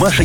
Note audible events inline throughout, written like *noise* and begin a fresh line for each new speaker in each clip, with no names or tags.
Маша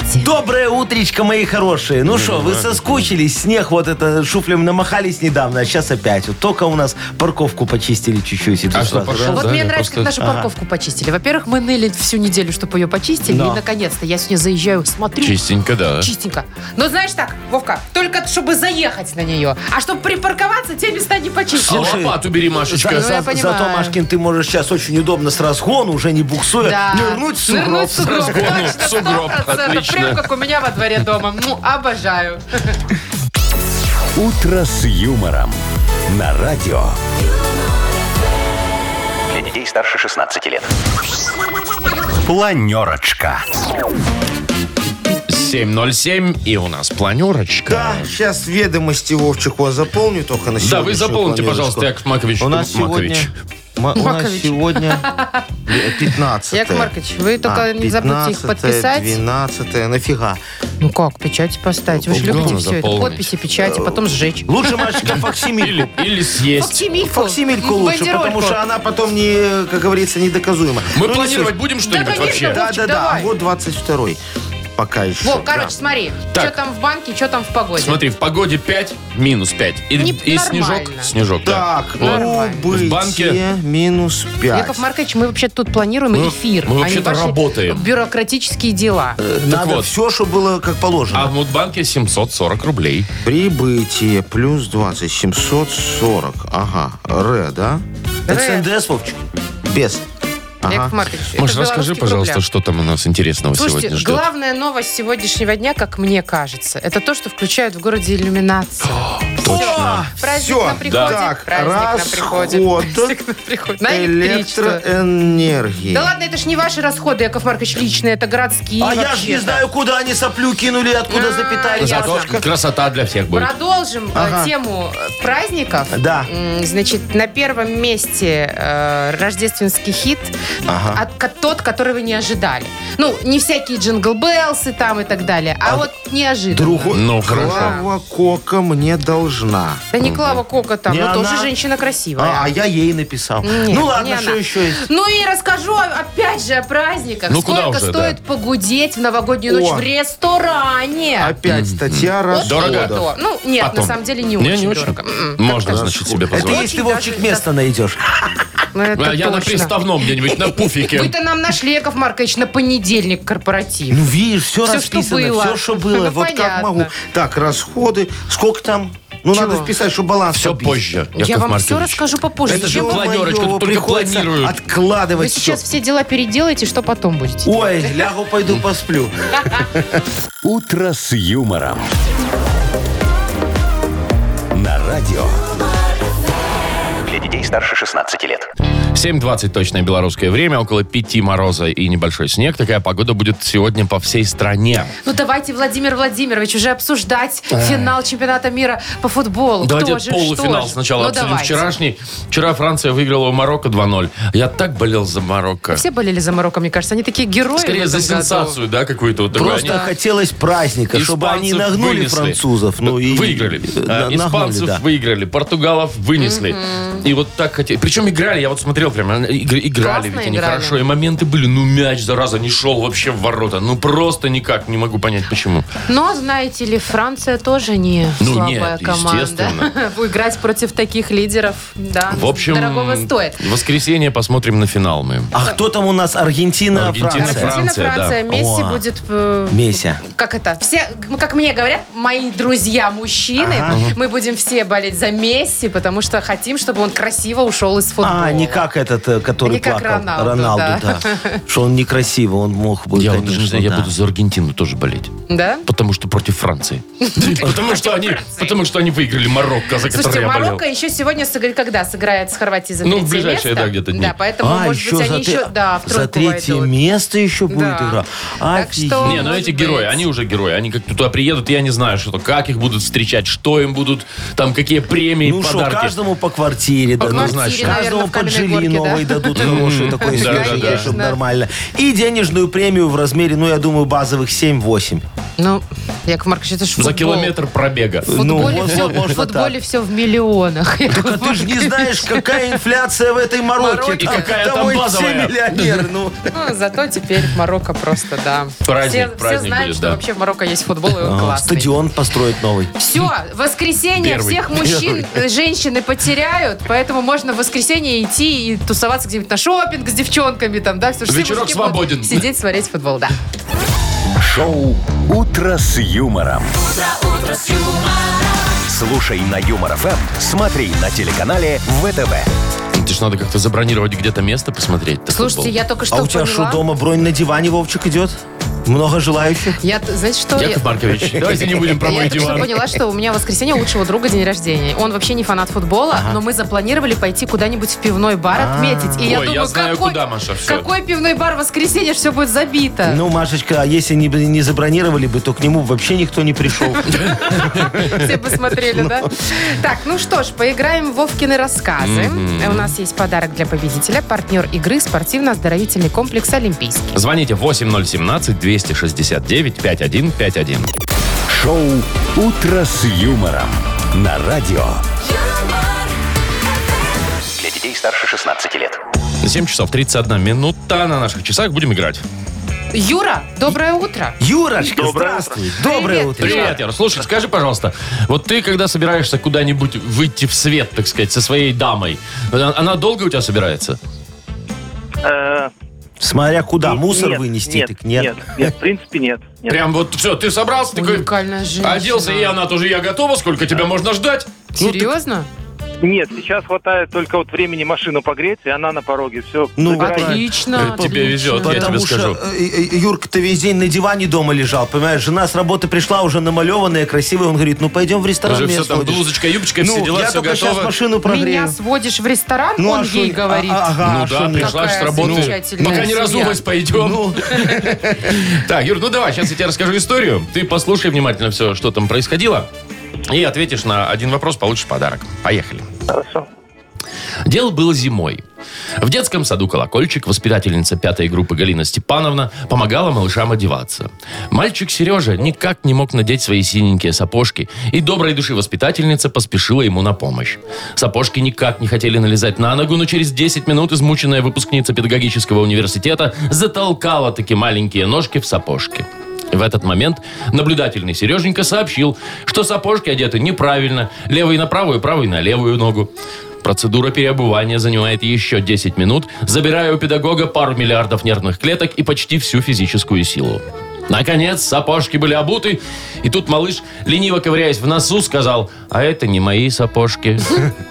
Доброе утречко, мои хорошие. Ну что, вы соскучились? Снег вот это шуфлем намахались недавно, а сейчас опять. Вот только у нас парковку почистили чуть-чуть. и тут
А что,
сразу, да?
пошел
Вот мне
дождь?
нравится, как
Просто-
нашу парковку почистили. Во-первых, мы ныли всю неделю, чтобы ее почистили.
Да.
И, наконец-то, я сегодня заезжаю, смотрю.
Чистенько, да.
Чистенько. Но знаешь так, Вовка, только чтобы заехать на нее. А чтобы припарковаться, те места не
А
почистили.
Слушай,
лопату бери,
За-
Машечка.
Ну, я
за-
понимаю.
зато, Машкин, ты можешь сейчас очень удобно с разгона, уже не буксуя, нырнуть в сугроб.
Нырнуть в сугроб.
Разгону в
Точно,
сугроб.
100%.
Отлично.
Прям как у меня во дворе дома. Ну, обожаю.
«Утро с юмором» на радио. Для детей старше 16 лет. Планерочка.
7.07, и у нас планерочка.
Да, сейчас ведомости Вовчик вот заполню только на сегодня.
Да, вы заполните, пожалуйста, Яков Макович.
У нас сегодня...
Макович.
Ма- у нас
Макович. *laughs*
сегодня 15
Яков Маркович, вы только не забудьте их подписать.
12 нафига?
Ну как, печати поставить? Вы же
Главное
любите все это.
заполнить.
Подписи, печати, потом сжечь.
Лучше, Машечка, факсимиль.
Или, или съесть.
Фоксимильку.
Факсимильку лучше, потому
Бандерольку.
что
А Она потом, не, как говорится, недоказуема.
Мы
Ну, не
планировать будем что-нибудь
конечно,
вообще?
Да, да, да.
давай.
А вот 22 пока еще.
Во, короче, смотри,
Так.
что там в банке, что там в погоде.
Смотри, в погоде 5, минус 5. И,
Не-
и снежок.
нормально.
Снежок, да.
ну,
Так,
Вот.
убытие
В банке-
минус 5.
Яков Маркович, мы вообще тут планируем
Мы-
эфир.
мы
а не
вообще-то
ваши
работаем.
Бюрократические дела.
Надо
вот.
все, что было как положено.
А в Мудбанке 740 рублей.
Прибытие плюс 20, 740. Ага, Р, да?
СНД, Вовчик.
Без.
Яков
Ага.
Маркович, это
Маша, расскажи,
белорусский
пожалуйста,
рубля.
что там у нас интересного
Слушайте,
сегодня ждет.
главная новость сегодняшнего дня, как мне кажется, это то, что включают в городе иллюминацию. *laughs*
А,
Праздник
всё.
на приходе.
Так,
Праздник на приходе.
расходы *laughs*
Праздник на приходе. На электричество.
электроэнергии.
Э.
Да ладно, это ж не ваши расходы, Яков Маркович, личные, это городские
А я ж не
вообще-то.
знаю, куда они соплю кинули, откуда
А,
запитали.
я-
Зато
Ясно.
красота для всех будет.
Продолжим э,
Ага.
тему э, праздников.
Да.
М, Значит, на первом месте э, рождественский хит,
Ага.
от, ко- тот, который вы не ожидали. Ну, не всякие джингл-беллсы там и так далее, а, вот неожиданно.
Другой.
Ну, хорошо.
Клава Кока мне должна.
Да не Клава Кока там,
Не
но тоже
она.
женщина
А, а
красивая.
я ей написал.
Нет,
ну
не
ладно, что
она.
еще есть?
Ну и расскажу о- опять же о праздниках.
Ну, куда
Сколько
уже,
стоит погудеть в новогоднюю ночь
О.
в ресторане?
А,
Опять статья
Вот
Дорого?
то.
расходов.
Ну, нет,
Потом.
на самом деле
Не,
не,
не
очень
очень.
дорого. М-м.
Можно, значит, себе
Это
позволить.
если,
даже
Вовчик,
это-
место найдешь.
Ну, это
А Я на
точно.
приставном где-нибудь, на пуфике.
Вы-то нам нашли, Яков Маркович, на понедельник корпоратив.
Ну, видишь, все,
Всё, что
расписано,
было.
все, что было.
Ну,
вот как
понятно.
могу. Так, расходы. Сколько там? Ну,
Чего?
Надо вписать, чтобы баланс
Все
побить.
позже,
Я
Яков
вам все
Маркович.
расскажу попозже.
Это же
Чем вы-
план- Планерочка,
Ё-моё,
только
приходится
планируют.
Вы
Откладывать
сейчас
всё.
все дела переделаете, что потом будете.
Ой, лягу, пойду посплю.
«Утро с юмором». На радио. Для детей старше 16 лет.
7.20 точное белорусское время, около 5 мороза и небольшой снег. Такая погода будет сегодня по всей стране.
Ну давайте, Владимир Владимирович, уже обсуждать финал чемпионата мира по футболу.
Давайте
Кто же,
полуфинал
что же?
сначала
Ну,
обсудим.
давайте.
Вчерашний. Вчера Франция выиграла у Марокко 2-0. Я так болел за Марокко.
Все болели за Марокко, мне кажется. Они такие герои. в
Скорее
этом
за
году.
сенсацию, да, какую-то. Вот такую.
Просто
Они
хотелось праздника, чтобы они
испанцев
нагнули
вынесли.
французов. Ну, и
Выиграли.
э,
А,
на- нагнули,
Испанцев
да.
выиграли, португалов вынесли. И вот так хотели. Причем играли, я вот смотрел прям, игр- играли,
Классно
ведь они
играли.
хорошо. И моменты были, ну мяч, зараза, не шел вообще в ворота. Ну просто никак, не могу понять почему.
Но, знаете ли, Франция тоже не
Ну,
слабая
нет,
команда. *laughs*
естественно.
Играть против таких лидеров, да,
В общем,
дорогого стоит.
в воскресенье посмотрим на финал мы.
А кто там у нас? Аргентина,
Аргентина,
Франция.
Франция.
Аргентина, Франция,
да.
Месси
О.
будет... э,
Месси.
Как это? Все, ну, как мне говорят, мои друзья мужчины, мы будем все болеть за Месси, потому что хотим, чтобы он красиво ушел из футбола.
А, не как этот, э, который
Не как
плакал.
Роналду, да.
Что он некрасивый, он мог бы,
Я вот даже
конечно,
не знаю, я
да.
буду за Аргентину тоже болеть.
Да?
Потому что против
*laughs*
Франции. Потому что они, потому что они выиграли Марокко, за
Слушайте,
которое я болел.
Марокко еще сегодня сыграет, когда сыграет с Хорватией за
Ну, в
третье
ближайшие,
место.
да, где-то дни.
Да, поэтому,
а,
может
еще
быть, они
за,
еще,
тре-
да, в
за
тройку
третье
войдут.
место еще будет
Да.
игра. А,
Так что-
Офигеть.
Не, ну
Может
эти герои,
быть.
они уже герои. Они как туда приедут, я не знаю, что то как их будут встречать, что им будут, там, какие премии,
Ну что,
подарки.
каждому по квартире, да,
квартире,
ну,
наверное,
каждому
в
по
каменной
пенсии
пятерки, да?
новые дадут хорошие, такой
Да, да,
свеженький,
да.
чтобы нормально. И денежную премию в размере, ну, я думаю, базовых 7-8.
Ну, Яков Маркович, это ж
За
футбол.
километр пробега.
В футболе,
Ну,
все,
можно- можно
в, футболе
так.
все в миллионах. *laughs*
А ты же не знаешь, какая инфляция в этой Марокке.
Марокке, какая там
того и все
базовая.
миллионеры,
*laughs*
ну.
Ну, зато теперь Марокко просто, да.
Праздник,
все,
праздник
все знают,
будет,
что
да.
вообще в Марокко есть футбол, и он
А,
классный.
Стадион построить новый.
Все, воскресенье
Первый.
всех мужчин, э, женщины потеряют, поэтому можно в воскресенье идти и тусоваться где-нибудь на шопинг с девчонками там, да? потому что все
Вечерок
мужики будут
свободен.
Сидеть, смотреть
*laughs*
футбол, да.
Шоу «Утро с юмором». Слушай на Юмор ФМ, смотри на телеканале ВТВ.
Ну, Ты ж надо как-то забронировать где-то место, посмотреть.
Слушайте, я только что
А у тебя что,
поняла.
дома бронь на диване, Вовчик, идет? Много желающих?
Я, т- знаете что? я-
Яков Маркович, давайте не будем про
Я
мой
только что
диван.
поняла, что у меня в воскресенье у лучшего друга день рождения. Он вообще не фанат футбола, но мы запланировали пойти куда-нибудь в пивной бар отметить. И я
Ой, я
думаю,
знаю,
какой-
куда, Маша, всё.
Какой пивной бар в воскресенье, все будет забито.
Ну, Машечка, а если не, б- не забронировали бы, то к нему вообще никто не пришел.
Все посмотрели, да? Так, ну что ж, поиграем в Вовкины рассказы. У нас есть подарок для победителя. Партнер игры спортивно-оздоровительный комплекс «Олимпийский».
Звоните 8017-269-5151.
Шоу «Утро с юмором» на радио. Для детей старше 16 лет.
7 часов 31 минута на наших часах. Будем играть.
Юра, доброе утро.
Юрочка, здравствуй. Доброе
Привет,
утро.
Привет, Яр. Слушай, скажи, пожалуйста, вот ты, когда собираешься куда-нибудь выйти в свет, так сказать, со своей дамой, она она долго у тебя собирается?
Э,
Смотря куда,
не-
А мусор
нет,
вынести,
нет,
так
нет.
нет.
Нет, в принципе, нет. нет.
Прям вот все, ты собрался, такой,
Уникальная женщина.
оделся, и она тоже, я Ну, готова, сколько тебя можно ждать?
Серьезно?
Нет, сейчас хватает только вот времени машину погреть, и она на пороге. Все.
Ну,
Отлично.
Э, тебе
отлично.
везет, я тебе
Потому
скажу.
что э, э, Юрка-то весь день на диване дома лежал, понимаешь? Жена с работы пришла уже намалеванная, красивая. Он говорит, ну пойдем в ресторан.
Уже
меня
все там,
сводишь».
блузочка, юбочка, все
Ну,
дела,
я
все
только сейчас
готово.
машину прогрею.
Меня сводишь в ресторан,
Ну, а
он
шо-
ей
а-
говорит.
а- ага,
ну
а шо
да,
не-
пришла ж с
Какая
работы.
замечательная
Пока не
семья.
разумась, пойдем. *laughs* Так, Юр, ну давай, сейчас я тебе расскажу историю. Ты послушай внимательно все, что там происходило. И ответишь на один вопрос, получишь подарок. Поехали.
Хорошо.
Дело было зимой. В детском саду «Колокольчик» воспитательница пятой группы Галина Степановна помогала малышам одеваться. Мальчик Сережа никак не мог надеть свои синенькие сапожки, и доброй души воспитательница поспешила ему на помощь. Сапожки никак не хотели налезать на ногу, но через 10 минут измученная выпускница педагогического университета затолкала таки маленькие ножки в сапожки. В этот момент наблюдательный Сереженька сообщил, что сапожки одеты неправильно, левой на правую, правой на левую ногу. Процедура переобувания занимает еще 10 минут, забирая у педагога пару миллиардов нервных клеток и почти всю физическую силу. Наконец, сапожки были обуты, и тут малыш, лениво ковыряясь в носу, сказал, а это не мои сапожки.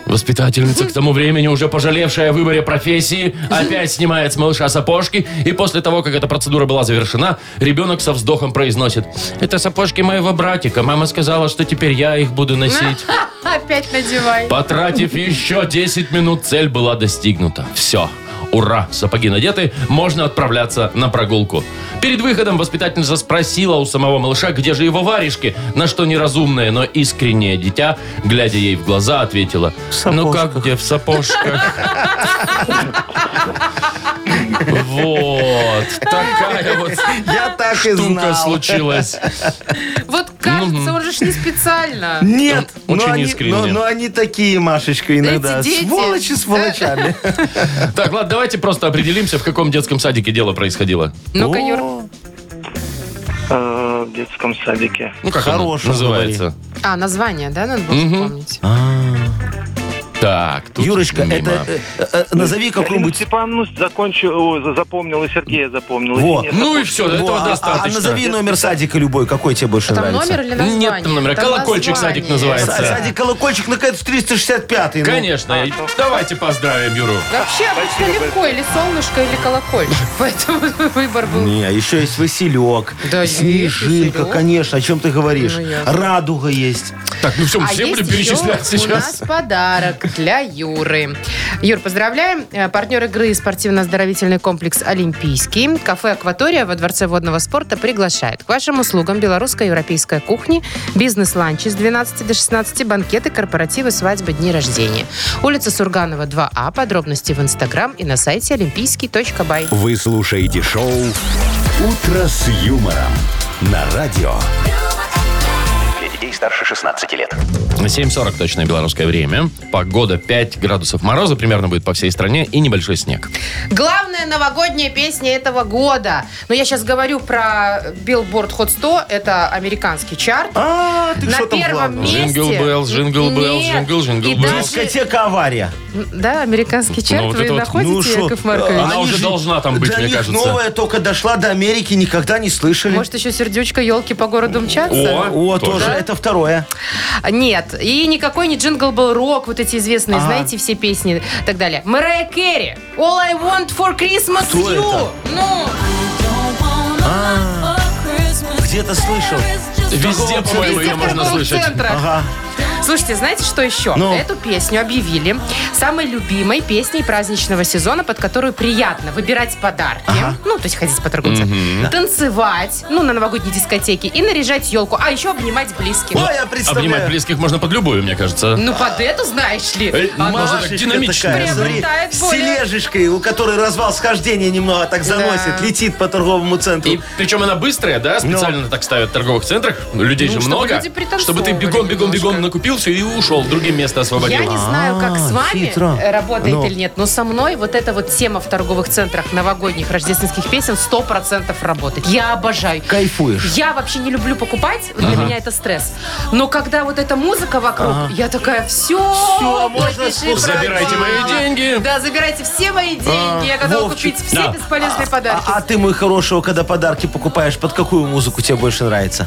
Воспитательница, к тому времени уже пожалевшая о выборе профессии, опять снимает с малыша сапожки, и после того, как эта процедура была завершена, ребенок со вздохом произносит, это сапожки моего братика, мама сказала, что теперь я их буду носить.
а,
Опять надевай.
Потратив еще 10 минут, цель была достигнута. Все. Ура! Сапоги надеты, можно отправляться на прогулку. Перед выходом воспитательница спросила у самого малыша, где же его варежки, на что неразумное, но искреннее дитя, глядя ей в глаза, ответила, ну как где в сапожках? Вот, такая вот
Я так и
штука
знал.
случилась.
Вот кажется, он же ж не
*laughs*
специально.
Нет,
Он
но
очень
они,
искренне.
но- но они такие, Машечка, иногда.
Эти дети.
Сволочи с волочами.
Так, ладно, давайте просто определимся, в каком детском садике дело происходило.
Ну-ка, Юр.
Э, в детском садике.
Ну, как оно
Хорошим
называется.
А, название, да, надо было вспомнить?
Так, тут
Юрочка,
мимо.
это э, э, назови
Галину
какую-нибудь...
Степановну закончил, ой, ну, за- запомнил, и Сергея запомнил. и
Во.
меня
Ну и все,
Во,
этого
а- а- А
достаточно.
назови номер садика любой, какой тебе больше
Там
нравится.
номер или название?
Нет там номера. Колокольчик, садик
Са-
называется.
Садик колокольчик, ну это 365 ну.
Конечно. Давайте поздравим Юру.
Вообще, обычно легко, или солнышко, или колокольчик. *laughs* Поэтому выбор был.
Не, еще есть Василек,
Да, есть
Снежинка,
Василек.
конечно, о чем ты говоришь.
Ну, ясно.
Радуга есть.
Так, ну все, мы
А
все
есть
будем
еще
перечислять
у нас
сейчас.
подарок. для Юры. Юр, поздравляем. Э, Партнер игры спортивно-оздоровительный комплекс «Олимпийский». Кафе «Акватория» во Дворце водного спорта приглашает. К вашим услугам белорусско-европейская кухня, бизнес-ланчи с 12 до 16, банкеты, корпоративы, свадьбы, дни рождения. Улица Сурганова, 2А. Подробности в Инстаграм и на сайте олимпийский.бай.
Вы слушаете шоу «Утро с юмором» на радио. Для детей старше 16 лет.
7.40 точное белорусское время. Погода 5 градусов мороза примерно будет по всей стране и небольшой снег.
Главная новогодняя песня этого года. Но я сейчас говорю про Billboard Hot 100. Это американский чарт.
А, ты
На
что там
первом
главного?
месте...
Jingle bells, jingle bells,
Нет.
jingle, jingle
И
bells. Ну,
даже-
Дискотека авария. Ну,
Да, американский чарт
вот
вы
это вот,
находите,
шо,
Яков Маркович?
она
они
уже
же-
должна там быть,
для
мне
них
кажется.
новая только дошла до Америки, никогда не
а,
слышали.
Может, еще сердючка, елки по городу мчатся?
О,
Тоже.
тоже.
Да?
Это второе.
А, Нет. И никакой не джингл был рок, вот эти известные,
А.
знаете, все песни и так далее. Мэрайя Керри. All I want for Christmas
Кто
you.
это?
Ну,
Где-то слышал.
Везде, по-моему, ее
Везде
ну, можно
в
слышать.
колл-центрах.
Ага.
Слушайте, знаете, что еще?
Ну?
Эту песню объявили самой любимой песней праздничного сезона, под которую приятно выбирать подарки. Ну, то есть ходить по торговцам. Танцевать, ну, на новогодней дискотеке. И наряжать елку. А еще обнимать близких.
Ой, я представляю.
Ну, Обнимать близких можно под любую, мне кажется.
Ну, под эту, знаешь ли.
Э,
Она-
Можно так
Машечка
динамично.
такая, смотри,
Приобретает
с
более-
тележечкой, у которой развал схождения немного так заносит,
Да.
летит по торговому центру.
И причем она быстрая, да?
Ну.
Специально так ставят в торговых центрах. Людей
Ну,
же
чтобы
много.
люди пританцовывали
чтобы ты бегом, бегом, бегом
немножко.
накупился и ушел, другим место освободил.
Я не знаю, как с вами
А, хитро.
э, работает
Ну.
или нет, но со мной вот эта вот тема в торговых центрах новогодних рождественских песен 100% работает. Я обожаю.
Кайфуешь.
Я вообще не люблю покупать, для меня это стресс. Но когда вот эта музыка вокруг, я такая, все,
Всё, можно слушать.
Забирайте мои деньги.
Да, забирайте все мои деньги. я готова
Вовчик,
купить все
да.
бесполезные
А,
подарки.
а ты, мой хорошего, когда подарки покупаешь, под какую музыку тебе больше нравится?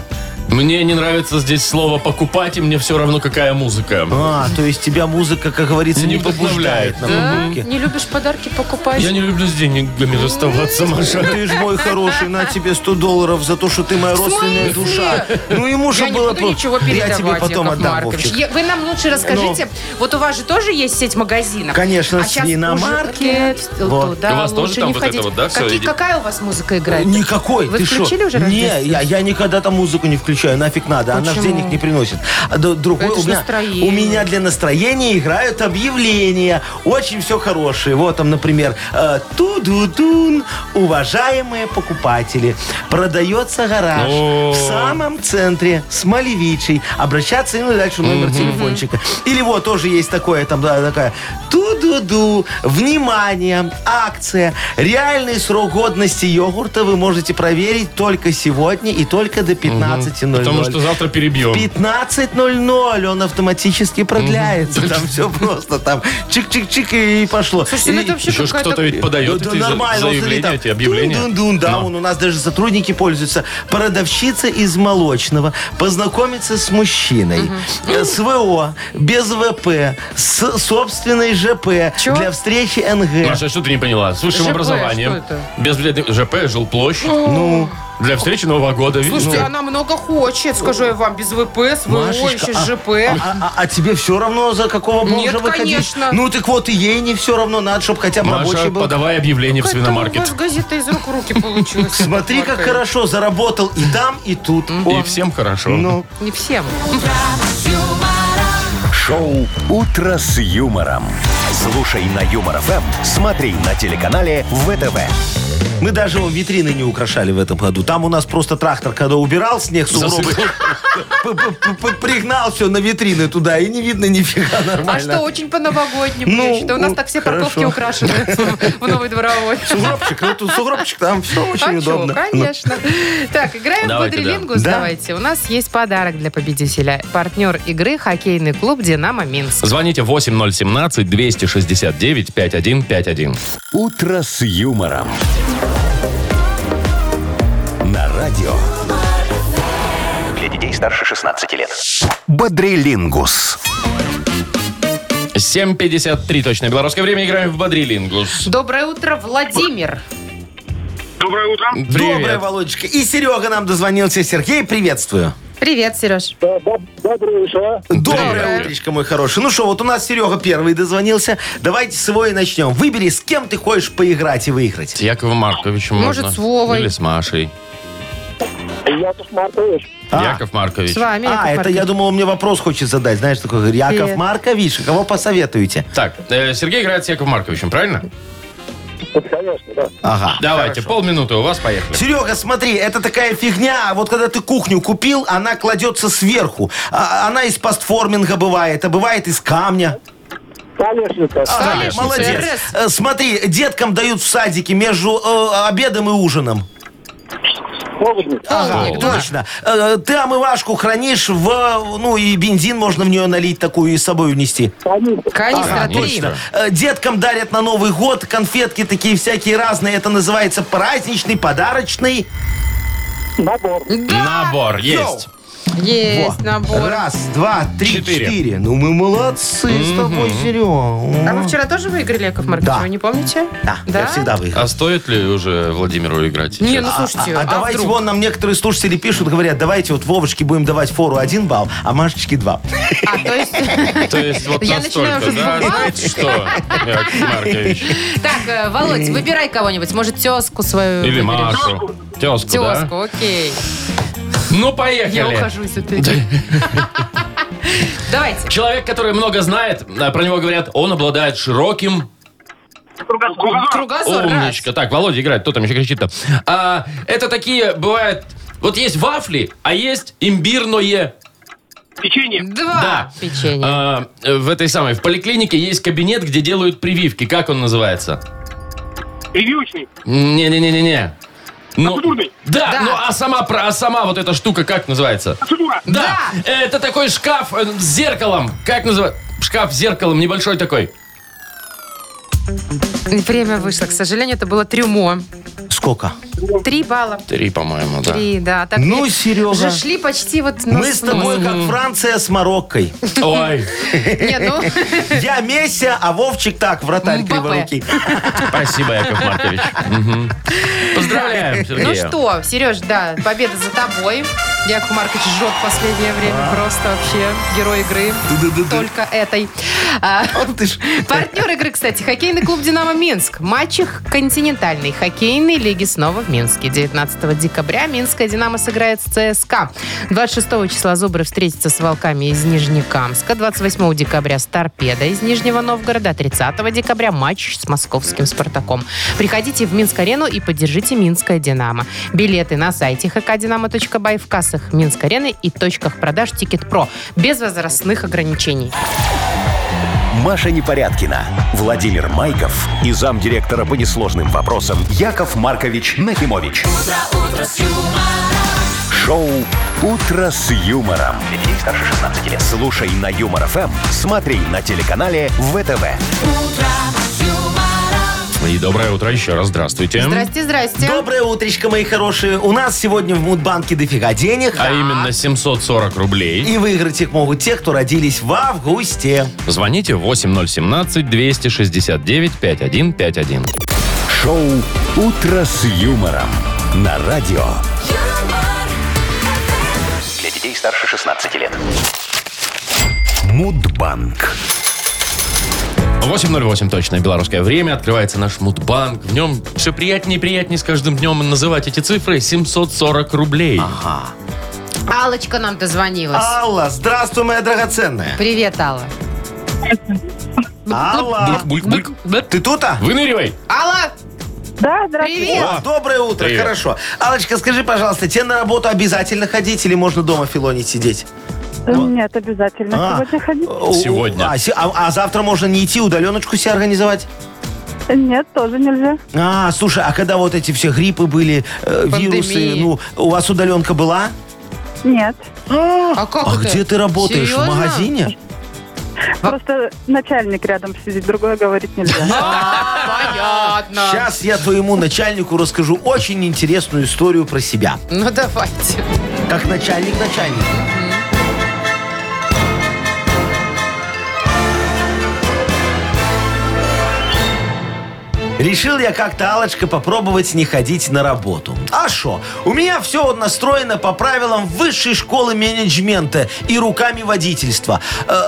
Мне не нравится здесь слово покупать, и мне все равно, какая музыка.
А, то есть тебя музыка, как говорится,
Не
не побуждает на
Да?
прогулке.
Не любишь подарки покупать?
Я не люблю с деньгами расставаться, Маша.
а Ты ж мой хороший, на тебе 100 долларов за то, что ты моя родственная душа. Ну ему же
Я не
было...
буду
бы-
ничего передавать,
Я тебе потом
Яков
отдам,
Маркович.
Вовчик. Ну.
Я- Вы нам лучше расскажите, вот у вас же тоже есть сеть магазинов.
Конечно,
а сейчас
свиномаркет.
уже-
Вот.
Туда
У вас тоже
лучше
там
не
вот
входить.
это вот, да, всё
Какие-
идет?
Какая у вас музыка играет?
Никакой,
Вы
ты
включили
шо?
уже
Не,
рождественскую?
я, я никогда там музыку не включаю, нафиг надо, она же
Почему?
денег не приносит. А д- другой
Это ж
у, меня,
настроение.
у меня для настроения играют объявления, очень все хорошие. Вот там, например, э, ту-ду-дун, уважаемые покупатели, продается гараж
О.
в самом центре с Малевичей, обращаться ну и дальше номер телефончика. Или вот тоже есть такое, там да, такая, ту-ду-ду, внимание, акция, реальный срок годности йогурта вы можете проверить только сегодня и только до 15.00.
Потому что завтра перебьем.
15.00 он автоматически продляется. Там все просто там чик-чик-чик и пошло.
Слушайте, ну
Или-
это вообще
Еще ж
какая-то... Э,
кто-то ведь подает
да,
эти за-
нормально, вот смотри,
заявления,
там,
эти объявления.
дун-дун-дун, да,
Но.
вон у нас даже сотрудники пользуются. Продавщица из молочного познакомится с мужчиной. э, С ВО, без ВП, с собственной ЖП
Чё?
для встречи НГ.
Маша, а что ты не поняла? С высшим
ЖП,
образованием.
что это?
Без вредных- ЖП, жилплощадь. Ну. Для встречи Нового года. видишь?
Слушайте, а
Ну.
она много хочет, скажу я вам, без ВП, с ВО,
Машечка,
еще
а-
с ЖП.
А, а- а тебе все равно, за какого бомжа
Нет,
выходить?
конечно.
Ну так вот, и ей не все равно, надо, чтобы хотя бы
Маша,
рабочий был.
подавай объявление в
Какая-то у вас
свиномаркет.
газета из рук в руки получилась.
*laughs* Смотри, как
Маркович.
хорошо заработал и там, и тут.
И всем хорошо. *laughs*
Ну,
Не всем.
Шоу «Утро с юмором». Слушай на Юмор ФМ, смотри на телеканале ВТВ.
мы даже вон, витрины не украшали в этом году. Там у нас просто трактор, когда убирал снег, сугробы,
Засыпал.
п- п- п- п- пригнал все на витрины туда, и не видно нифига
А что,
нормально.
очень по-новогоднему, я
Ну,
считаю. У нас так все
хорошо.
парковки украшиваются *laughs* в новый дворовой.
Сугробчик, ну тут сугробчик, там все
А
очень
чё,
удобно.
конечно. Так, играем в
Давайте, да.
квадрилингус?
Да.
Давайте. У нас есть подарок для победителя. Партнер игры хоккейный клуб «Динамо Минск».
Звоните 8017-269-5151.
«Утро с юмором». На радио. Для детей старше 16 лет. Бодрилингус.
7.53 точное белорусское время. Играем в Бодрилингус.
Доброе утро, Владимир.
Доброе утро.
Привет.
Ну, Доброе, Володечка. И Серега нам дозвонился. Сергей, приветствую.
Привет, Сереж.
Доброе утро.
Доброе
Доброе
утро.
утречко, мой хороший. Ну что, вот у нас Серега первый дозвонился. Давайте с его и начнем. Выбери, с кем ты хочешь поиграть и
С
выиграть.
Яковом Марковичем
Может,
можно.
с Вовой.
Или с Машей.
Яков Маркович.
А.
Яков Маркович.
С вами. Яков
А, это
Маркович.
я думал, он мне вопрос хочет задать. Знаешь, такой, говорит, Яков
Привет.
Маркович, а кого посоветуете?
Так, э, Сергей играет с Яковом Марковичем, правильно?
Конечно, да.
Ага.
Давайте, полминуты у вас, поехали.
Серега, смотри, это такая фигня. а Вот когда ты кухню купил, она кладется сверху. А- она из постформинга бывает, а бывает из камня.
Колесница.
Ага,
Конечно,
молодец.
ЦРС.
Э, Смотри, деткам дают в садике между э, обедом и ужином.
Холодник.
Ага,
Холодильник, да.
точно. Э, Ты омывашку хранишь в... э, Ну, и бензин можно в нее налить такую и с собой унести.
Колесница.
Канистра
Ага,
три.
точно.
Э, Деткам дарят на Новый год конфетки такие всякие разные. Это называется праздничный, подарочный.
Набор.
Набор есть.
Есть набор.
Раз, два, три,
Четыре.
четыре. Ну, мы молодцы с тобой, Серега.
А вы вчера тоже выиграли, Яков Маркович?
Да.
Вы не помните?
Да, я всегда выиграл.
А стоит ли уже Владимиру играть?
Не,
сейчас?
ну слушайте,
А,
а
давайте,
вдруг?
вон нам некоторые слушатели пишут, говорят, давайте вот Вовочке будем давать фору один балл, а Машечке два.
А, то есть... *laughs*
То есть вот
Я начинаю
настолько,
уже
да?
забывать.
Знаете Что, Яков Маркович?
Так, э, Володь, выбирай кого-нибудь. Может, тезку свою
Или
выберешь?
Машу? Тезку, да?
Тезку, окей.
Ну,
Я
поехали.
ухожу из этой. *laughs* Давайте.
Человек, который много знает, э, про него говорят, он обладает широким...
Кругозор. раз.
Умничка. Так, Володя играет, кто там еще кричит-то? А, это такие, бывают... Вот есть вафли, а есть имбирное.
Два
Да.
печенья.
А, э, в этой самой, в поликлинике есть кабинет, где делают прививки. Как он называется?
Прививочный.
Не-не-не-не-не. Ну,
Процедурный.
да,
Да.
ну а сама, про- а сама вот эта штука как называется?
Процедура.
Да. Это такой шкаф э, с зеркалом. Как называется? Шкаф с зеркалом небольшой такой.
Время вышло. К сожалению, это было трюмо.
Сколько?
Три балла.
Три, по-моему, да.
Три, да. Так
Ну,
ведь
Серега.
Же шли почти вот на
Мы с тобой
снос.
как Франция с Мароккой.
Ой,
Не, ну,
Я Месси, а Вовчик так, вратарь
Мбаппе.
криворукий.
спасибо, Яков
*laughs*
Маркович. Мгм. Поздравляем, Сергей.
ну что, Сереж, да, победа за тобой. Яков Маркович жжет в последнее время. Просто вообще герой игры. Только этой. А,
Вот ты ж.
Партнер игры, кстати, хоккейный клуб «Динамо Минск». Матч их континентальной хоккейной лиги снова в Минске. 19 декабря Минская «Динамо» сыграет с ЦСКА. 26 числа «Зубры» встретятся с «Волками» из Нижнекамска. 28 декабря с «Торпедо» из Нижнего Новгорода. 30 декабря матч с московским «Спартаком». Приходите в Минск-арену и поддержите «Минское Динамо». Билеты на сайте hkdinamo.by в кассах Минск-арены и точках продаж «Тикет Про» без возрастных ограничений.
Маша Непорядкина, Владимир Майков и замдиректора по несложным вопросам Яков Маркович Нахимович. Шоу Утро с юмором. Для детей старше 16 лет. Слушай на юмор ФМ, смотри на телеканале ВТВ.
И доброе утро еще раз. Здравствуйте.
Здрасте, здрасте.
Доброе утречко, мои хорошие. У нас сегодня в Мудбанке дофига денег.
А именно 740 рублей.
И выиграть их могут те, кто родились в августе.
Звоните 8017-269-5151.
Шоу Утро с юмором на радио. Для детей старше 16 лет. Мудбанк.
8.08 точное белорусское время. Открывается наш мудбанк. В нем все приятнее и приятнее с каждым днем называть эти цифры. 740 рублей.
Алочка нам дозвонилась.
Алла, здравствуй, моя драгоценная.
Привет, Алла.
Алла.
Бульк-бульк-бульк.
Ты тут, а?
Выныривай.
Алла,
Да, здравствуйте.
привет.
О, доброе утро,
Привет.
хорошо. Алочка, скажи, пожалуйста, тебе на работу обязательно ходить или можно дома филонить сидеть?
Нет, обязательно
А.
сегодня ходить.
О,
Сегодня.
А, се- а- а завтра можно не идти, удаленочку себе организовать?
Нет, тоже нельзя.
А, слушай, а когда вот эти все гриппы были, э,
Пандемии.
вирусы, ну, у вас удаленка была?
Нет.
А как
А
это?
где ты работаешь? В
Серьезно?
магазине?
А?
Просто начальник рядом сидит, другое говорить
*laughs*
нельзя.
А, понятно.
Сейчас я твоему начальнику расскажу очень интересную историю про себя.
Ну, давайте.
Как начальник начальник. Решил я как-то, Алочка, попробовать не ходить на работу. А что? У меня все вот настроено по правилам высшей школы менеджмента и руками водительства. Э,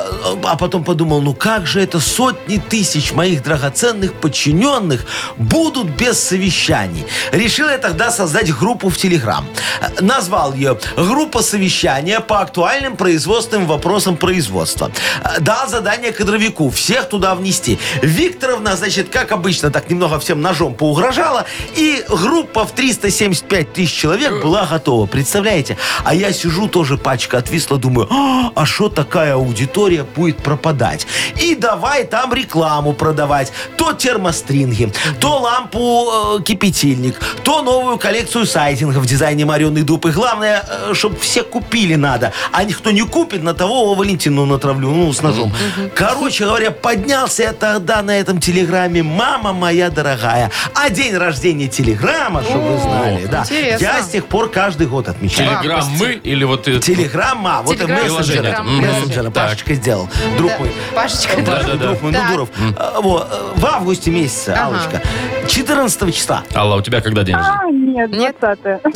А потом подумал, ну как же это сотни тысяч моих драгоценных подчиненных будут без совещаний. Решил я тогда создать группу в Телеграм. Э, Назвал ее «Группа совещания по актуальным производственным вопросам производства». Э, Дал задание кадровику всех туда внести. Викторовна, значит, как обычно, так немного всем ножом поугрожала, и группа в 375 тысяч человек была готова. Представляете? А я сижу, тоже пачка отвисла, думаю, «А, а что такая аудитория будет пропадать? И давай там рекламу продавать. То термостринги, то лампу э, кипятильник, то новую коллекцию сайтинга в дизайне Марион Дуб. И главное, чтобы все купили надо. А никто не купит, на того о, Валентину натравлю, ну, с ножом. Короче говоря, поднялся я тогда на этом телеграме. Мама моя дорогая. А день рождения телеграмма, чтобы вы знали. Да.
интересно.
Я с тех пор каждый год отмечаю.
Телеграм мы или вот... э,
Телеграмма, вот и
Телеграм-
мессенджер,
Телеграм-
мессенджер,
Так.
Пашечка сделал, друг
Да,
мой.
Пашечка,
Да,
да.
да, да. Друг мой, ну,
Так.
Дуров. А, во, э, В августе месяце,
Ага.
Аллочка, 14 числа.
Алла, у тебя когда день рождения?
А, нет,
Нет?
20
Ай, ну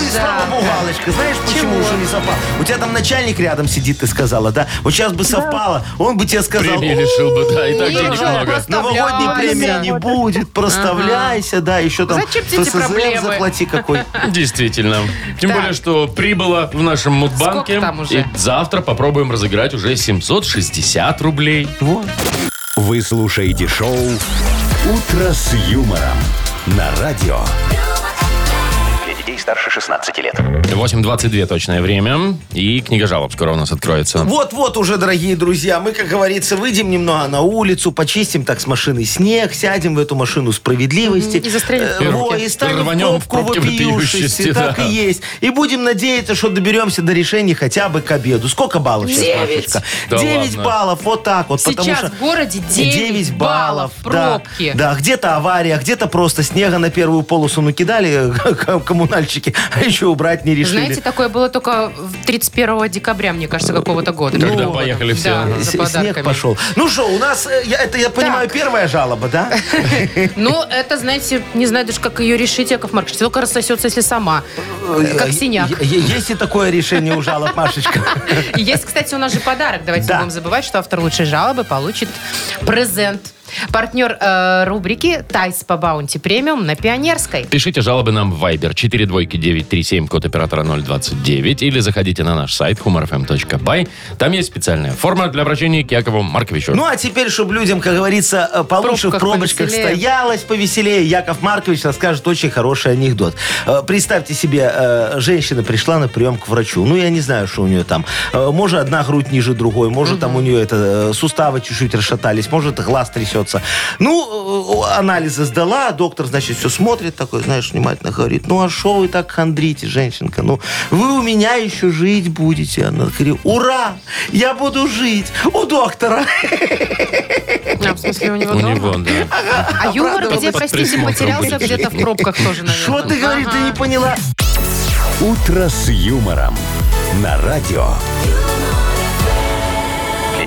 и слава богу, Аллочка, знаешь, почему уже не совпало? У тебя там начальник рядом сидит, ты сказала, да? Вот сейчас бы совпало, он бы тебе сказал,
Премии лишил бы, да, и так
Ой,
денег
жаль,
много.
просто-
новогодней
Проставляйся.
премии не будет, проставляйся, да, еще там
Зачем тебе эти проблемы?
заплати какой.
Действительно. Тем
Так.
более, что прибыло в нашем Мудбанке.
Сколько там уже?
И завтра попробуем разыграть уже 760 рублей.
Вы слушаете шоу «Утро с юмором» на радио. Для детей старше 16 лет.
8.22 точное время. И книга жалоб скоро у нас откроется.
Вот-вот уже, дорогие друзья, мы, как говорится, выйдем немного на улицу, почистим так с машины снег, сядем в эту машину справедливости.
Мгм, и застрелим в
Э,
пробке.
во, и станем
Рванем в
в пробку
пробке вопиющести,
вопиющести. Так
да.
и есть. И будем надеяться, что доберемся до решения хотя бы к обеду. Сколько баллов сейчас,
Девять.
Машечка?
Да
Девять
ладно.
баллов, вот так вот. потому
Сейчас
что...
в городе 9,
9
баллов
баллов.
пробки.
Да, да, где-то авария, где-то просто снега на первую полосу накидали *laughs* э, коммунальщики, а еще убрать не решили.
Знаете, такое было только в 31 декабря, мне кажется, какого-то года.
Когда
Ну,
поехали все.
да,
Э, С-
за
Снег
подарками.
пошел. Ну что, у нас, э, я, это, я понимаю, первая жалоба, да?
Ну, это, знаете, не знаю даже, как ее решить, Яков Маркович. Телка рассосется, если сама. Как синяк.
Э, Е- е- Есть и такое решение у жалоб, Машечка?
И Есть, кстати, у нас же подарок. Давайте
Да.
не будем забывать, что автор лучшей жалобы получит презент. Партнер э, рубрики «Тайс по баунти премиум» на Пионерской.
Пишите жалобы нам в Viber 42937, код оператора 029, или заходите на наш сайт humorfm.by. Там есть специальная форма для обращения к Якову Марковичу.
Ну, а теперь, чтобы людям, как говорится, э, получше в
пробках
пробочках
повеселее.
стоялось повеселее, Яков Маркович расскажет очень хороший анекдот. Э, Представьте себе, э, женщина пришла на прием к врачу. Ну, я не знаю, что у нее там. Э, Может, одна грудь ниже другой, может, там у нее это э, суставы чуть-чуть расшатались, может, глаз трясется. Ну, э, анализы сдала, доктор, значит, все смотрит такой, знаешь, внимательно говорит, ну, а что вы так хандрите, женщинка? Ну, вы у меня еще жить будете. Она говорит, ура, я буду жить у доктора.
А, в смысле, у него
У
дома?
него, да.
А юмор где,
под
простите,
присмотром
потерялся
будет.
где-то в пробках тоже, наверное.
Что ты говоришь, ты не поняла?
«Утро с юмором» на радио.
Для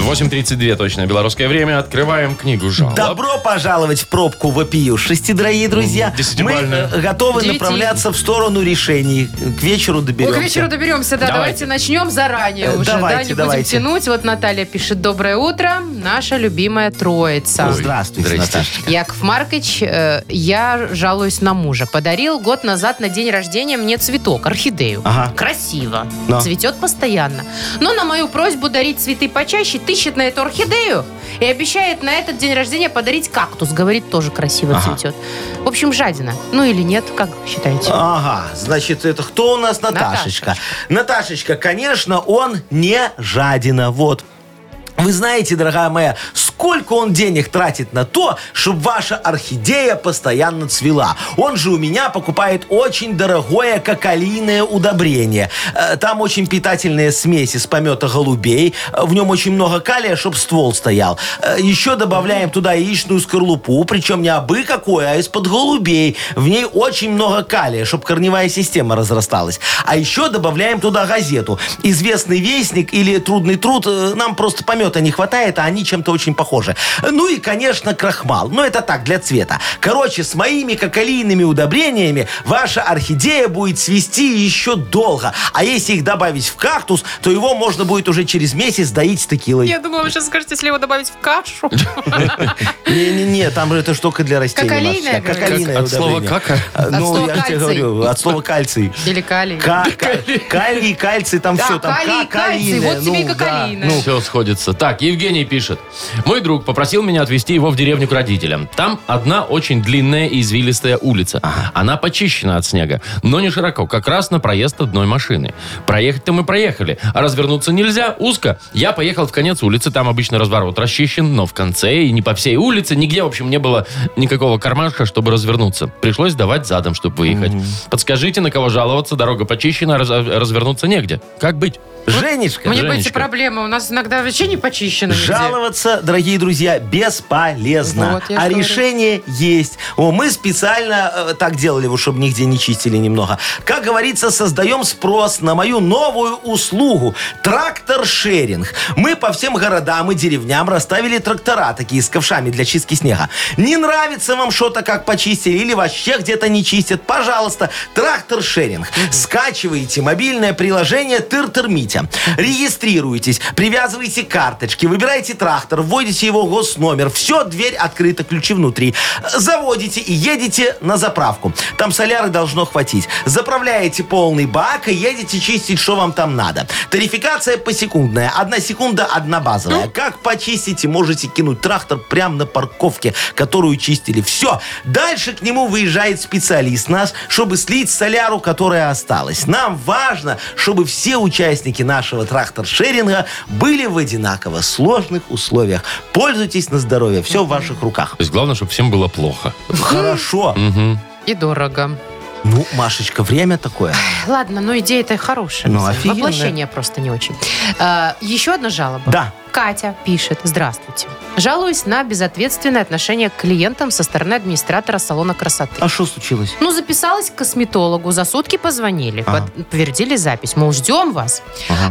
8.32 точное белорусское время. Открываем книгу жалоб.
Добро пожаловать в пробку вопию. Шести, дорогие друзья.
Мгм,
Мы
десятибальная.
э, готовы
Девяти.
направляться в сторону решений. К вечеру
Ой,
доберемся.
Ну, к вечеру доберемся, да.
Давайте.
Давайте, начнем заранее
Э,
уже, да,
давайте,
не будем
давайте.
тянуть. Вот Наталья пишет: Доброе утро, наша любимая троица.
Здравствуйте,
Здрасте.
Наташа.
Яков Маркович, э, я жалуюсь на мужа. Подарил год назад на день рождения мне цветок, орхидею.
Ага.
Красиво.
Да.
Цветет постоянно. Но на мою просьбу дарить цветы почаще тыщет на эту орхидею и обещает на этот день рождения подарить кактус. Говорит, тоже красиво цветет. В общем, жадина. Ну или нет, как считаете?
А. Ага, значит, это кто у нас Наташечка? Наташечка, конечно, он не жадина. Вот. Вы знаете, дорогая моя, сколько сколько он денег тратит на то, чтобы ваша орхидея постоянно цвела. Он же у меня покупает очень дорогое кокалийное удобрение. Э, Там очень питательные смеси с помета голубей. Э, В нем очень много калия, чтобы ствол стоял. Э, Еще добавляем туда яичную скорлупу, причем не абы какое, а из-под голубей. В ней очень много калия, чтобы корневая система разрасталась. А еще добавляем туда газету. Известный вестник или трудный труд, э, нам просто помета не хватает, а они чем-то очень похожи. Ну и, конечно, крахмал. Но это так, для цвета. Короче, с моими кокалийными удобрениями ваша орхидея будет свести еще долго. А если их добавить в кактус, то его можно будет уже через месяц доить с текилой.
Я думала, вы сейчас скажете, если его добавить в кашу.
Не-не-не, там же это штука для растений.
Кокалийное,
Машечка.
говорите?
Кокалийное
Как от слова
удобрение.
кака?
А,
От слова
Ну, я же
кальций.
тебе говорю, от слова калиций.
Или калий.
Ка-
*laughs*
ка- Калий, кальций, там
Да,
все. там
калий,
ка-
кальций,
калийное,
вот тебе и
ну, да.
кокалийное.
Все сходится. Так, Евгений пишет. Мой друг попросил меня отвезти его в деревню к родителям. Там одна очень длинная и извилистая улица. Она почищена от снега, но не широко, как раз на проезд одной машины. Проехать-то мы проехали, а развернуться нельзя, узко. Я поехал в конец улицы, там обычно разворот расчищен, но в конце и не по всей улице, нигде, в общем, не было никакого кармашка, чтобы развернуться. Пришлось давать задом, чтобы выехать. Подскажите, на кого жаловаться, дорога почищена, раз- развернуться негде. Как быть?
Женечка,
Мне бы эти
Женечка.
проблемы. У нас иногда вообще не почищено. нигде.
Жаловаться, дорогие друзья, бесполезно.
Вот, я
а
же говорю.
решение есть. О, мы специально э, так делали, вот, чтобы нигде не чистили немного. Как говорится, создаем спрос на мою новую услугу. Трактор-шеринг. Мы по всем городам и деревням расставили трактора такие с ковшами для чистки снега. Не нравится вам что-то, как почистили, или вообще где-то не чистят, пожалуйста, трактор-шеринг. Скачивайте мобильное приложение Тыр-Тыр Митя. Регистрируйтесь, привязывайте карточки, выбираете трактор, вводите его госномер. Все, дверь открыта, ключи внутри. Заводите и едете на заправку. Там соляры должно хватить. Заправляете полный бак и едете чистить, что вам там надо. Тарификация посекундная. Одна секунда, одна базовая. Как почистите, можете кинуть трактор прямо на парковке, которую чистили. Все. Дальше к нему выезжает специалист нас, чтобы слить соляру, которая осталась. Нам важно, чтобы все участники нашего трактор-шеринга были в одинаково сложных условиях. Пользуйтесь на здоровье. Все в ваших руках.
То есть главное, чтобы всем было плохо.
Хорошо.
И дорого.
Ну, Машечка, время такое.
Ладно, но идея-то хорошая.
Ну,
на самом деле.
офигенная.
Воплощение просто не очень. А, еще одна жалоба.
Да.
Катя пишет. Здравствуйте. Жалуюсь на безответственное отношение к клиентам со стороны администратора салона красоты.
А что случилось?
Ну, записалась к косметологу, за сутки позвонили,
Ага.
под- подтвердили запись, мол, ждем вас.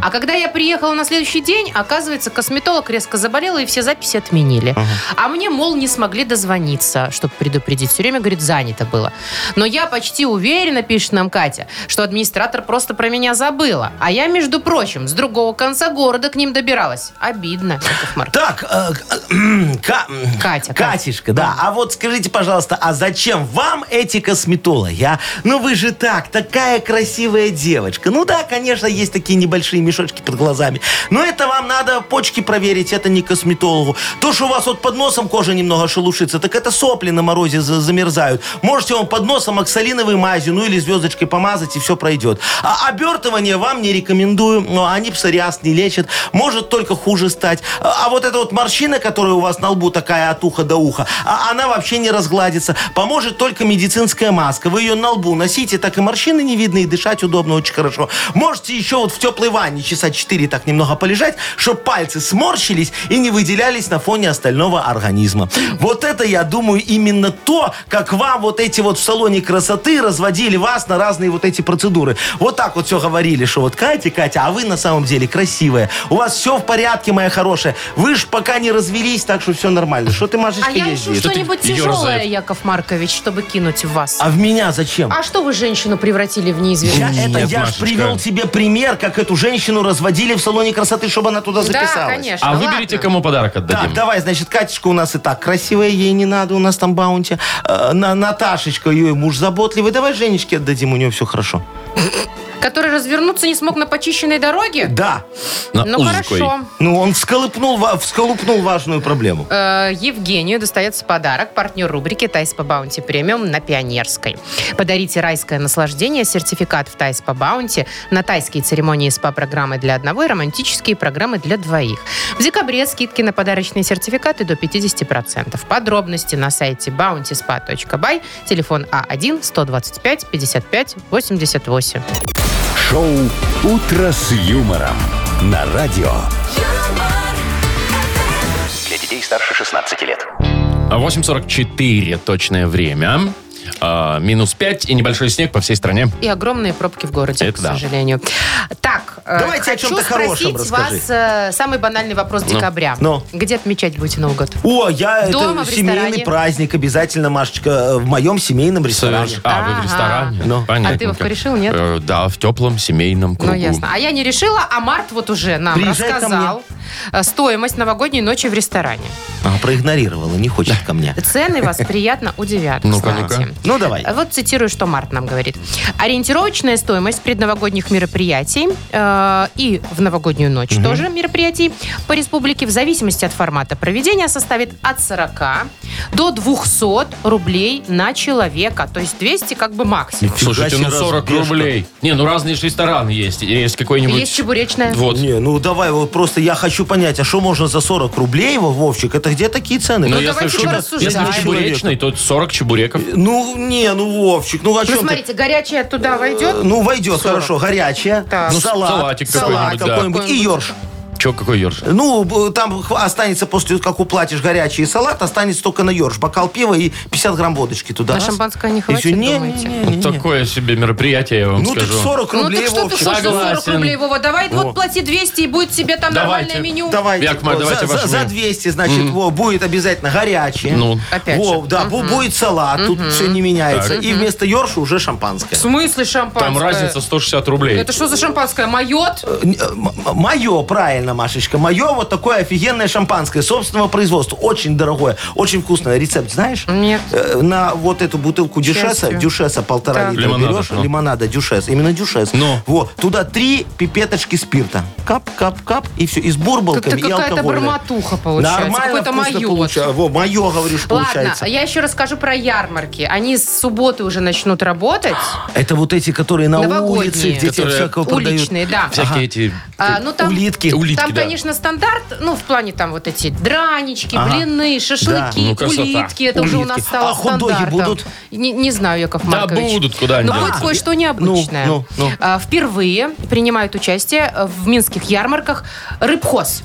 А когда я приехала на следующий день, оказывается, косметолог резко заболела, и все записи отменили. А мне, мол, не смогли дозвониться, чтобы предупредить. Все время, говорит, занято было. Но я почти уверена, пишет нам Катя, что администратор просто про меня забыла. А я, между прочим, с другого конца города к ним добиралась. Обидно, Яков Маркович.
Так, э, к- Ка-
Катя,
Катюшка, да. А вот скажите, пожалуйста, а зачем вам эти косметологи, а? Ну вы же так, такая красивая девочка. Ну да, конечно, есть такие небольшие мешочки под глазами. Но это вам надо почки проверить, это не косметологу. То, что у вас вот под носом кожа немного шелушится, так это сопли на морозе за- замерзают. Можете вам под носом оксалиновой мазью, ну или звездочкой помазать, и все пройдет. А обертывание вам не рекомендую, но они псориаз не лечат. Может только хуже стать. А а вот эта вот морщина, которая у вас на лбу такая от уха до уха, а- она вообще не разгладится. Поможет только медицинская маска. Вы ее на лбу носите, так и морщины не видно, и дышать удобно очень хорошо. Можете еще вот в теплой ванне часа 4 так немного полежать, чтобы пальцы сморщились и не выделялись на фоне остального организма. Вот это, я думаю, именно то, как вам вот эти вот в салоне красоты разводили вас на разные вот эти процедуры. Вот так вот все говорили, что вот Катя, Катя, а вы на самом деле красивая. У вас все в порядке, моя хорошая. Вы ж пока не развелись, так что все нормально. Что ты, Машечка,
А я
ездишь?
ищу что-нибудь
ты
тяжелое,
ерзаешь?
Яков Маркович, чтобы кинуть в вас.
А в меня зачем?
А что вы женщину превратили в
Я,
неизвестную?
это,
Нет,
я ж
Машечка.
привел тебе пример, как эту женщину разводили в салоне красоты, чтобы она туда записалась.
Да, конечно.
А
ладно.
выберите, кому подарок отдадим.
Так, давай, значит, Катюшка у нас и так красивая, ей не надо, у нас там баунти. Э, На, Наташечка, ее муж заботливый. Давай Женечке отдадим, у нее все хорошо.
который развернуться не смог на почищенной дороге?
Да.
На
ну
узкой.
хорошо.
Ну, он всколыпнул, ва- всколыпнул важную проблему.
Э, Евгению достается подарок. Партнер рубрики «Тайс по баунти премиум» на Пионерской. Подарите райское наслаждение, сертификат в «Тайс по баунти» на тайские церемонии СПА-программы для одного и романтические программы для двоих. В декабре скидки на подарочные сертификаты до 50%. Подробности на сайте bountyspa.by, телефон А А1-125-55-88.
Шоу «Утро с юмором» на радио.
Для детей старше 16 лет.
А, 8.44 точное время. А, минус 5 и небольшой снег по всей стране.
И огромные пробки в городе,
Это
к
да.
сожалению. Так, э,
Давайте о
хочу
чем-то хорошем
спросить
расскажи.
вас э, самый банальный вопрос декабря.
Ну.
Где отмечать будете Новый год?
О, я
Дома, в
это семейный
ресторане.
праздник обязательно, Машечка, э, в моем семейном ресторане.
А, вы
Ага.
в ресторане?
Ну.
Понятненько.
А ты, Вовка, решил, нет?
Э, да, в теплом семейном кругу.
Ну, ясно. А я не решила, а Март вот уже нам
Приезжай ко
рассказал э, стоимость новогодней ночи в ресторане.
А, проигнорировала, не хочет ко мне.
Цены
*laughs*
вас приятно удивят,
Ну-ка,
кстати.
ну-ка.
Ну, давай.
Вот цитирую, что Март нам говорит. Ориентировочная стоимость предновогодних мероприятий э, и в новогоднюю ночь тоже мероприятий по республике в зависимости от формата проведения составит от 40 до 200 рублей на человека. То есть 200 как бы максимум.
Слушайте,
Фига
ну
себе
40
разбежка.
рублей. Не, ну разные же рестораны есть. Есть какой-нибудь...
Есть чебуречная.
Вот.
Не, ну давай, вот просто я хочу понять, а что можно за 40 рублей, Вов- Вовчик? Это где такие цены?
Ну,
Ну,
если,
давайте
чебу-
порассуждаем.
если чебуречный, то 40 чебуреков.
Ну, не, ну, Вовчик, ну о
Ну,
чем ты?
смотрите, горячая туда войдет.
Ну, войдет,
40.
хорошо, горячая,
Так.
Ну,
салат,
салатик
салат
какой-нибудь, да.
какой-нибудь и ерш.
Че, какой ерш?
Ну, б- там хва- останется после, как уплатишь горячий салат, останется только на ерш. Бокал пива и 50 грамм водочки туда.
На
Раз.
шампанское не
И всё,
хватит,
не, не,
думаете?
не,
Вот такое себе мероприятие, я вам
Ну, так
скажу.
40
Ну
рублей,
так что ты
Вовчик.
хочешь за 40
Согласен.
рублей, Вова? Давай вот плати 200 и будет тебе там
Давайте.
нормальное меню.
Давай,
Яков Марк, давайте
за,
ваш
за
меню.
200, значит, во, будет обязательно горячее.
Ну.
Опять
Во,
же.
да, бу- будет салат, тут все не меняется. И вместо ерша уже
В
шампанское.
смысле шампанское?
Там разница 160 рублей.
Это что за шампанское? Майот?
э, Мое, правильно, Машечка, мое вот такое офигенное шампанское собственного производства. Очень дорогое, очень вкусное. Рецепт знаешь?
Нет.
Э, На вот эту бутылку дюшеса,
Счастью.
дюшеса полтора
Так.
литра
Лимонада
берешь,
же, ну.
лимонада, дюшес, именно дюшес.
Ну.
Вот, туда три пипеточки спирта. Кап, кап, кап, и все, и с бурбалками,
Как-то
и
какая-то
алкоголем.
бормотуха получается.
Нормально
Какой-то
вкусно
майот.
получа- Во, мое, говоришь,
Ладно,
получается.
я еще расскажу про ярмарки. Они с субботы уже начнут
*gasps*
работать.
Это вот эти, которые на
Новогодние.
улице, где тебе
Которые
всякого продают.
Уличные, да.
Всякие эти...
А, ну, там,
улитки.
Улитки,
там,
да.
конечно, стандарт, ну, в плане там вот эти дранички,
Ага.
блины,
Да. Ну,
шашлыки,
красота.
улитки. Это уже у нас
Улитки.
стало
А хот-доги
стандартом.
будут?
Не, не знаю, Яков
Да
Маркович. Ну, а
будут, куда они
Но будет
денутся.
кое-что необычное.
ну, ну.
А, впервые принимают участие э, в минских ярмарках рыбхоз.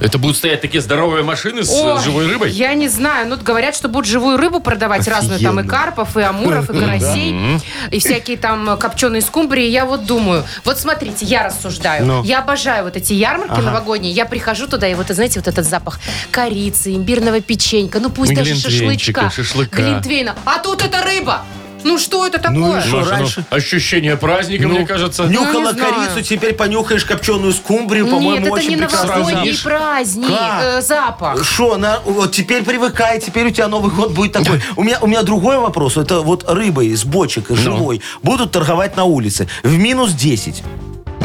Это будут стоять такие здоровые машины с э,
Ой,
живой рыбой?
Я не знаю. Ну, говорят, что будут живую рыбу продавать разную. Там и карпов, и амуров,
*laughs*
и карасей, и всякие там э, копченые скумбрии. Я вот думаю. Вот смотрите, я рассуждаю.
Ну.
Я обожаю вот эти ярмарки новогодние. Я прихожу туда, и вот, знаете, вот этот запах корицы, имбирного печенька, ну пусть даже
Глинтвейнчика,
шашлычка.
шашлыка.
Глинтвейна. А тут это рыба! Ну что это
Ну
такое?
и что?
Маша, ну,
раньше?
ощущение праздника, мне кажется.
Ну, не
Нюхала
знаю.
корицу, теперь понюхаешь копченую скумбрию,
Нет,
по-моему,
это
очень
не
прекрасно.
новогодний
знаешь.
праздник,
Как?
э, запах.
Шо, на- вот теперь привыкай, теперь у тебя Новый год будет такой. У меня, у меня другой вопрос. Это вот рыбой с бочек живой будут торговать на улице в минус 10.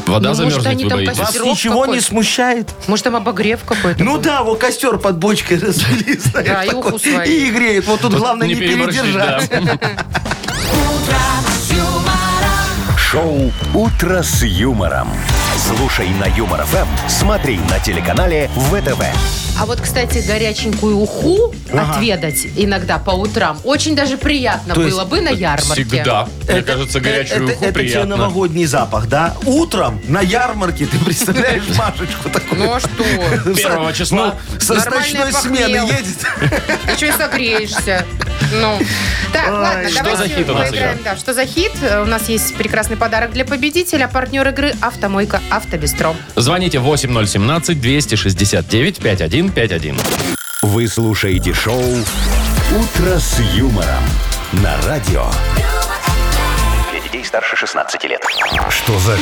Вода
Ну, может,
замерзнет,
они
вы
там
боитесь?
косят.
Вас
Костерок
ничего
какой-то.
не смущает?
Может, там обогрев какой-то?
Ну да, вот костер под бочкой *laughs* развели, знаешь,
Да, и
такой,
уху свою.
и греет. Вот тут главное не,
переборщить,
передержать.
да.
Шоу «Утро с юмором». Слушай на Юмор ФМ, смотри на телеканале ВТВ.
А вот, кстати, горяченькую уху отведать иногда по утрам очень даже приятно
То есть
было бы на ярмарке.
Всегда. Мне кажется, горячую
Э, это,
уху
это тебе
приятно.
новогодний запах, да? Утром на ярмарке ты представляешь Машечку такую.
Ну а что?
Первого числа.
Ну, со с
Нормальная
ночной смены
похмел.
едет.
Ты что и согреешься? Ну. Так, ладно,
что
давайте
за хит у нас
поиграем.
еще?
Да, что за хит? Э, У нас есть прекрасный подарок для победителя. Партнер игры «Автомойка Автобестро».
Звоните 8017-269-5151.
Вы слушаете шоу «Утро с юмором» на радио.
Для детей старше 16 лет.
Что за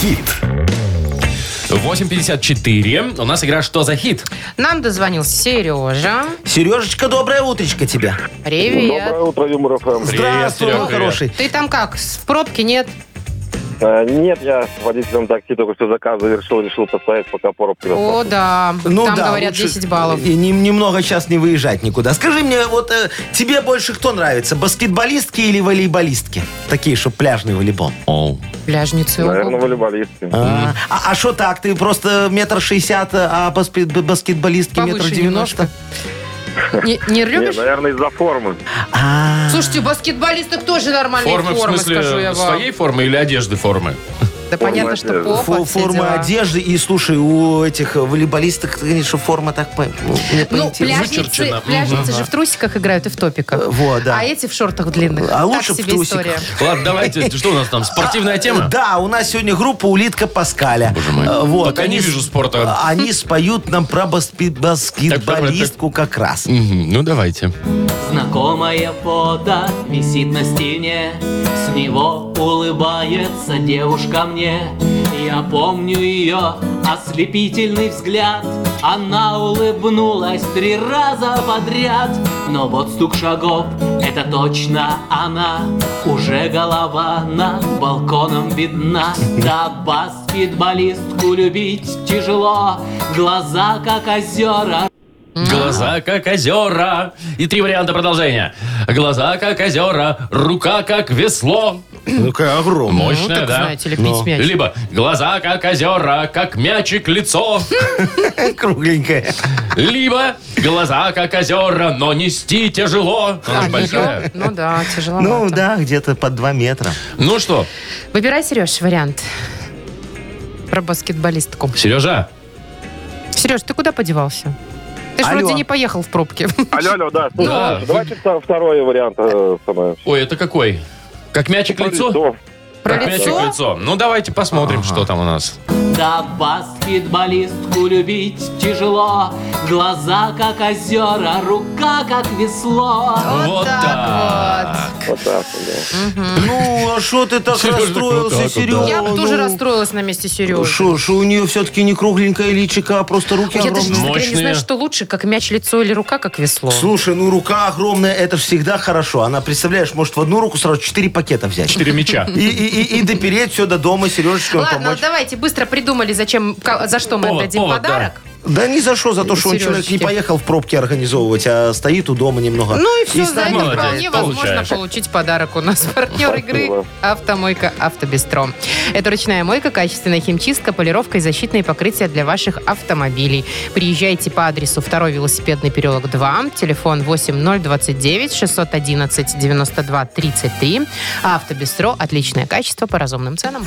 хит?
8.54. У нас игра «Что за хит?»
Нам дозвонился Сережа.
Сережечка, доброе утречко тебе.
Привет.
Доброе утро, Юмор ФМ.
Привет,
Здравствуй,
Серега,
мой
привет.
хороший.
Ты там как, с- в пробке нет?
Э, Нет, я с водителем такси только что заказ завершил, решил поставить, пока пору привез.
О, да.
Ну
Там говорят 10 баллов.
И нем- немного сейчас не выезжать никуда. Скажи мне, вот э, тебе больше кто нравится, баскетболистки или волейболистки? Такие, что пляжный волейбол.
Оу.
Пляжницы.
Наверное,
ого.
волейболисты.
А а что так? Ты просто метр шестьдесят, а баспе- б- баскетболистки метр
Повыше
девяносто?
немножко. Не, не
Нет,
любишь?
наверное, из-за формы.
А,
Слушайте, у баскетболисток тоже нормальные
Формы,
формы,
в смысле,
скажу я вам.
своей формы или одежды формы?
Да понятно, что
одежды.
попа,
фо-
все
форма
дела.
одежды. И слушай, у этих волейболисток, конечно, форма так... по- ну, не
Ну,
поинтереснее.
Вычерчено.
пляжницы,
Мгм.
пляжницы же в трусиках играют и в топиках.
Э, вот, да.
А эти в шортах длинных.
А
Так
лучше в
себе
трусиках.
история.
Ладно, давайте. Что у нас там? Спортивная тема?
А, Да, у нас сегодня группа «Улитка Паскаля».
Боже мой.
Э, Вот,
Пока не
они с-
вижу спорта.
а, Они споют нам про баспи- баскетболистку как раз.
Мгм, Ну, давайте.
Знакомое фото висит на стене С него улыбается девушка мне Я помню ее ослепительный взгляд Она улыбнулась три раза подряд Но вот стук шагов, это точно она Уже голова над балконом видна Да баскетболистку любить тяжело Глаза как озера,
Глаза как озера. И три варианта продолжения. Глаза как озера, рука как весло.
Ну, какая огромная.
Ну,
Мощная,
так
да?
знаете ли, пить мяч.
Либо глаза как озера, как мячик лицо. Ну.
*laughs* Кругленькая.
Либо глаза как озера, но нести тяжело. Она
А,
же большая.
её- Ну да, тяжеловато.
Ну да, где-то под 2 метра.
Ну что,
Выбирай, Сереж, вариант. Про баскетболистку.
Сережа,
Сереж, ты куда подевался? Ты же
Алло.
вроде не поехал в пробке. *laughs*
Алло, алло, да. слушай,
Да.
слушай, Давайте втор- второй вариант э, самое.
ой, это какой? Как мячик лицо?
Лицо.
Про
Как мячик
лицо?
лицо. Ну, давайте посмотрим, что там у нас.
Да баскетболистку А любить тяжело Глаза как озера, рука как весло
Вот
Вот так
так.
вот.
Вот так, вот, да.
Ну, а что ты так
Серёжа, ну
расстроился,
так вот, да.
Серега?
Я бы
ну.
тоже расстроилась на месте Сережи.
Что, что у нее все-таки не кругленькая личика, а просто руки
Я даже,
огромные.
честно говоря, не
Мощные.
знаю, что лучше, как мяч лицо или рука, как весло.
Слушай, ну рука огромная, это ж всегда хорошо. Она, представляешь, может в одну руку сразу четыре пакета взять.
Четыре мяча.
И, и, и, и допереть все до дома, Сережечке он
Ладно,
помочь.
давайте быстро придумали, зачем, ка- за что мы
Повод,
отдадим
повод, да.
подарок.
Да ни за что, за то, что он человек не
Сережечки.
поехал в пробке организовывать, а стоит у дома немного.
Ну и все, за это
молодец,
вполне возможно
получаешь.
получить подарок у нас. Партнер игры
Спасибо.
«Автомойка Автобестро». Это ручная мойка, качественная химчистка, полировка и защитные покрытия для ваших автомобилей. Приезжайте по адресу 2 велосипедный переулок 2, телефон 8029 611 92 33. А «Автобестро» – отличное качество по разумным ценам.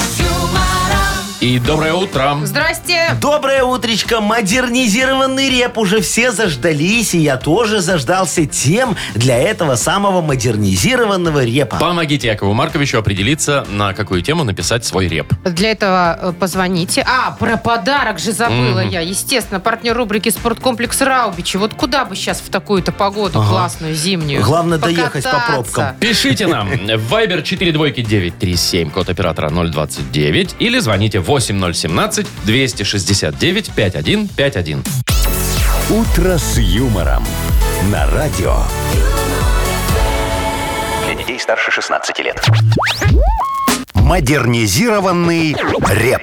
И доброе утро.
Здрасте!
Доброе утречко. Модернизированный реп уже все заждались, и я тоже заждался тем для этого самого модернизированного репа.
Помогите Якову Марковичу определиться, на какую тему написать свой реп.
Для этого э, позвоните. А, про подарок же забыла я. Естественно, партнер рубрики «Спорткомплекс Раубичи». Вот куда бы сейчас в такую-то погоду классную, зимнюю?
Главное, доехать по
покататься?
пробкам.
Пишите нам в Viber 42937, код оператора 029, или звоните 8017-269-5151.
«Утро с юмором» на радио.
Для детей старше 16 лет.
Модернизированный реп.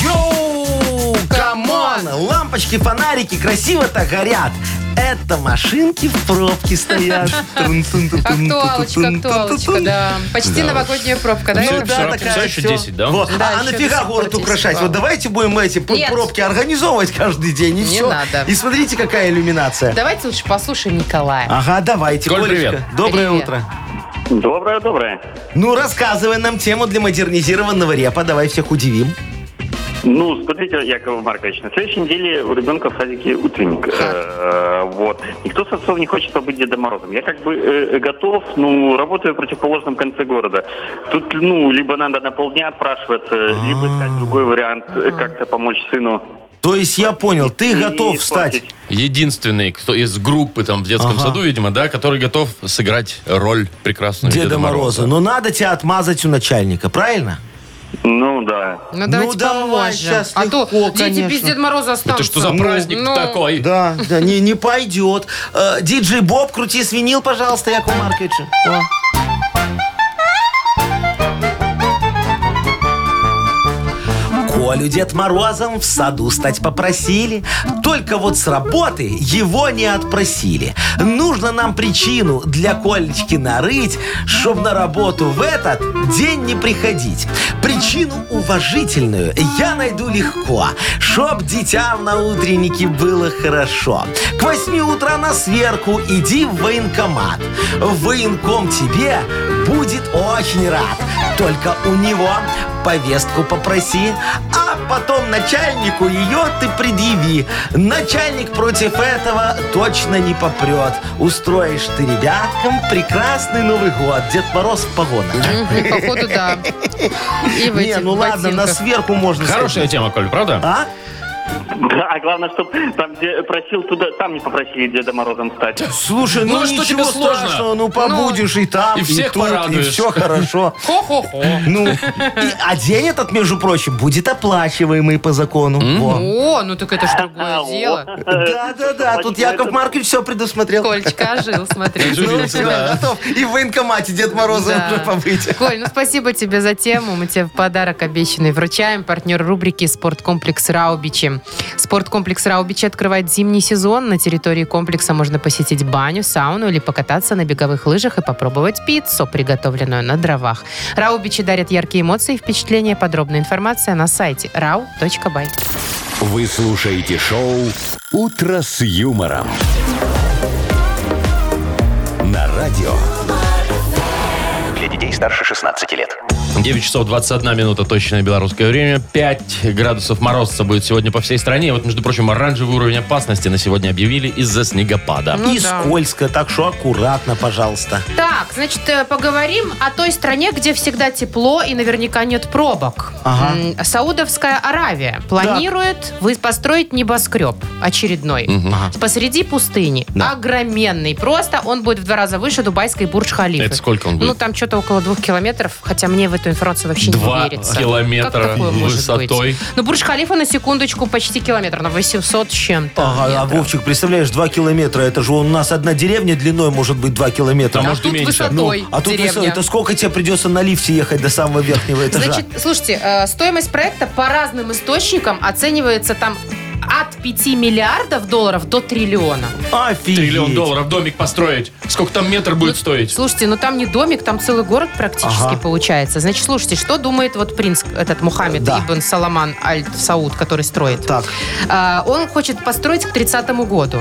Йоу! Камон! Лампочки, фонарики красиво так горят. Это машинки в пробке стоят.
Актуалочка, актуалочка, да. Почти новогодняя пробка, да?
Ну
Яков
да,
Маркович?
так- Все еще
всё.
10, да?
Вот.
Да,
а
еще
нафига
10,
город
10,
украшать? Вот
да.
давайте будем эти пр-
Нет.
пробки организовывать каждый день, и
Не
все.
надо.
И смотрите, какая иллюминация.
Давайте лучше послушаем Николая.
Ага, давайте.
Коль,
Колечка,
привет.
Доброе
Привет.
утро.
Доброе, доброе.
Ну, рассказывай нам тему для модернизированного репа. Давай всех удивим.
Ну, смотрите, Яков Маркович, на следующей неделе у ребенка в садике утренник. Э, Вот. Никто с отцом не хочет побыть Дедом Морозом. Я как бы э, готов, ну, работаю в противоположном конце города. Тут,
э,
ну, либо надо на полдня отпрашиваться, либо искать другой вариант, э, как-то помочь сыну.
То есть я понял, ты готов встать.
платить.
Единственный, кто из группы там в детском саду, видимо, да, который готов сыграть роль прекрасного
Ну, Деда, Мороза. Но надо тебя отмазать у начальника, правильно?
Ну да. *laughs*
Ну, давайте
давай,
поможем.
щас
а то
легко,
дети без
конечно.
Деда Мороза
Это
останутся.
что за праздник
Ну,
такой?
Да, да, не, не пойдет. Э, диджей Боб, крути свинил, пожалуйста, Якову Марковичу. О. Колю Дед Морозом в саду стать попросили, Только вот с работы его не отпросили. Нужно нам причину для Колечки нарыть, Чтоб на работу в этот день не приходить. Причину уважительную я найду легко, Чтоб детям на утреннике было хорошо. К восьми утра на сверку иди в военкомат. Военком тебе будет очень рад. Только у него повестку попроси, а потом начальнику ее ты предъяви. Начальник против этого точно не попрет. Устроишь ты ребяткам прекрасный Новый год. Дед Мороз в погонах.
мгм, Походу, да. И в
Не,
этих
ну ладно, на
ботинках.
сверху можно
Хорошая
сказать.
тема, Коль, правда?
А?
Да, а главное, чтобы там, где просил, туда, там не попросили Деда Морозом стать.
Слушай,
Ну,
ну,
а что тебе
ничего
сложно?
страшного, ну побудешь и там,
и
и,
всех
тут, и
порадуешь.
все хорошо.
Хо-хо-хо.
Ну, и- а день этот, между прочим, будет оплачиваемый по закону. Во.
О, ну так это ж другое
А, вот.
дело.
*laughs* Да-да-да, тут
Оплачивается.
Яков Маркович все предусмотрел. *laughs*
Кольчика ожил, смотри. Ну,
Оживился, да.
Готов. И в военкомате Дед Мороза
Да.
уже побыть.
Коль, ну спасибо тебе за тему. Мы тебе в подарок обещанный вручаем. Партнер рубрики «Спорткомплекс Раубичи». Спорткомплекс Раубичи открывает зимний сезон. На территории комплекса можно посетить баню, сауну или покататься на беговых лыжах и попробовать пиццу, приготовленную на дровах. Раубичи дарят яркие эмоции и впечатления. Подробная информация на сайте rau.by.
Вы слушаете шоу «Утро с юмором». На радио.
Для детей старше 16 лет.
9 часов 21 минута точное белорусское время. 5 градусов морозца будет сегодня по всей стране. И Вот, между прочим, оранжевый уровень опасности на сегодня объявили из-за снегопада.
Ну
И
да.
скользко, так что аккуратно, пожалуйста.
Так, значит, э, поговорим о той стране, где всегда тепло и наверняка нет пробок.
Ага.
М, Саудовская Аравия планирует вы- построить небоскреб очередной посреди пустыни. Огроменный. Просто он будет в два раза выше дубайской Бурдж-Халифы.
Это сколько он
Ну,
будет?
там что-то около двух километров, хотя мне в эту информацию вообще
Два
не верится. Как
километра
такое может
высотой.
быть? Ну, Бурдж-Халифа на секундочку почти километр, на 800 с чем-то
Ага, а
метров.
Вовчик, представляешь, два километра, это же у нас одна деревня длиной может быть два километра.
А
А
может, и
тут
меньше. Ну,
высотой
а тут
деревня.
высота, это сколько тебе придется на лифте ехать до самого верхнего этажа?
Значит, слушайте, э, стоимость проекта по разным источникам оценивается там от 5 миллиардов долларов до триллиона.
Офигеть.
Триллион долларов домик построить. Сколько там метр будет стоить?
Слушайте, ну там не домик, там целый город практически
Ага.
получается. Значит, слушайте, что думает вот принц этот Мухаммед
Да.
Ибн Саламан Аль Сауд, который строит.
Так,
Э, он хочет построить к 30 году.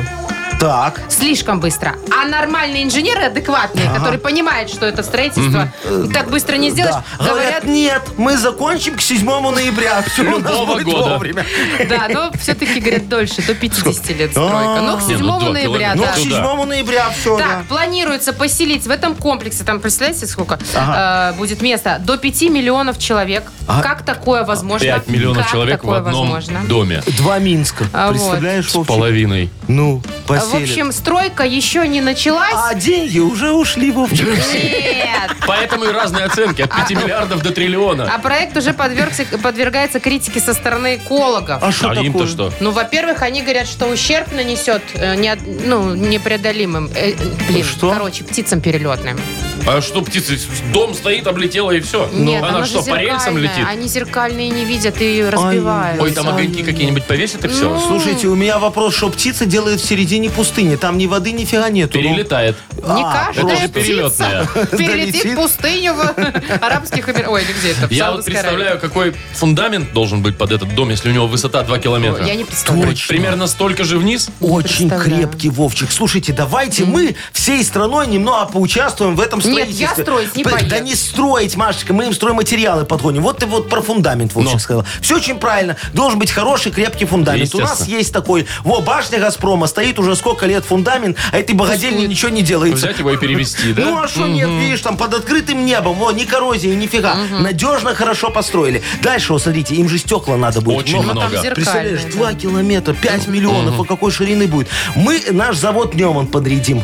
так.
Слишком быстро. А нормальные инженеры, адекватные, которые понимают, что это строительство так быстро не сделаешь,
Э, да. Говорят, нет, мы закончим к 7 ноября. Все у нас
Любого
будет
года.
вовремя.
Да, но все-таки, говорят, дольше, до 50 лет стройка. Но к
Не,
7
ну, два
ноября,
километра.
Ну,
да.
к 7 ноября все, да.
Так, планируется поселить в этом комплексе, там, представляете, сколько э, будет места? До 5 миллионов человек.
А?
Как такое возможно?
5 миллионов
Как
человек в
такое
одном
возможно?
доме.
Два Минска.
А вот.
Представляешь,
С
Вовчик?
половиной.
Ну,
В
посели.
общем, стройка еще не началась.
а деньги уже ушли, Вовчик.
Нет.
Поэтому и разные оценки. От 5 миллиардов до триллиона.
А проект уже подвергся- подвергается критике со стороны экологов.
А что
А
такое?
им-то что?
Ну, во-первых, они говорят, что ущерб нанесет э, не, ну, непреодолимым, э, э, блин,
Что?
короче, птицам перелетным.
А что птица? Дом стоит, облетела и все.
Нет,
Ну, Она
оно
что,
же
по рельсам
зеркальное.
летит?
Они зеркальные не видят и разбиваются.
Ой, там огоньки какие-нибудь повесят и
Ну,
все.
Слушайте, у меня вопрос, что птица делает в середине пустыни? Там ни воды, нифига нету. Ну,
Перелетает.
Не
А,
это
каждая
же
птица
перелетная.
*laughs* перелетит
Долетит.
пустыню в *laughs* арабских эмир... Ой, или где это? В
Я вот
Саудовской Аравии.
представляю, какой фундамент должен быть под этот дом, если у него высота 2 километра.
Я не представляю.
При- Примерно столько же вниз.
Очень
представляю.
крепкий Вовчик. Слушайте, давайте мы всей страной немного поучаствуем в этом
Нет, я строить не
П-
поеду.
Да не строить, Машечка, мы им стройматериалы подгоним. Вот ты вот про фундамент, Вовчик,
Ну.
сказал. Все очень правильно. Должен быть хороший, крепкий фундамент. У нас
Естественно.
есть такой. Во, башня Газпрома, стоит уже сколько лет фундамент, а этой богадельни ничего не делается.
Взять его и перевести, да?
Ну а что нет, видишь, там под открытым небом, о, ни коррозии, нифига. Надежно, хорошо построили. Дальше, вот смотрите, им же стекла надо будет.
Очень много.
Там зеркальные,
Представляешь,
да.
2 километра, 5 миллионов, а какой ширины будет? Мы наш завод днем он подрядим.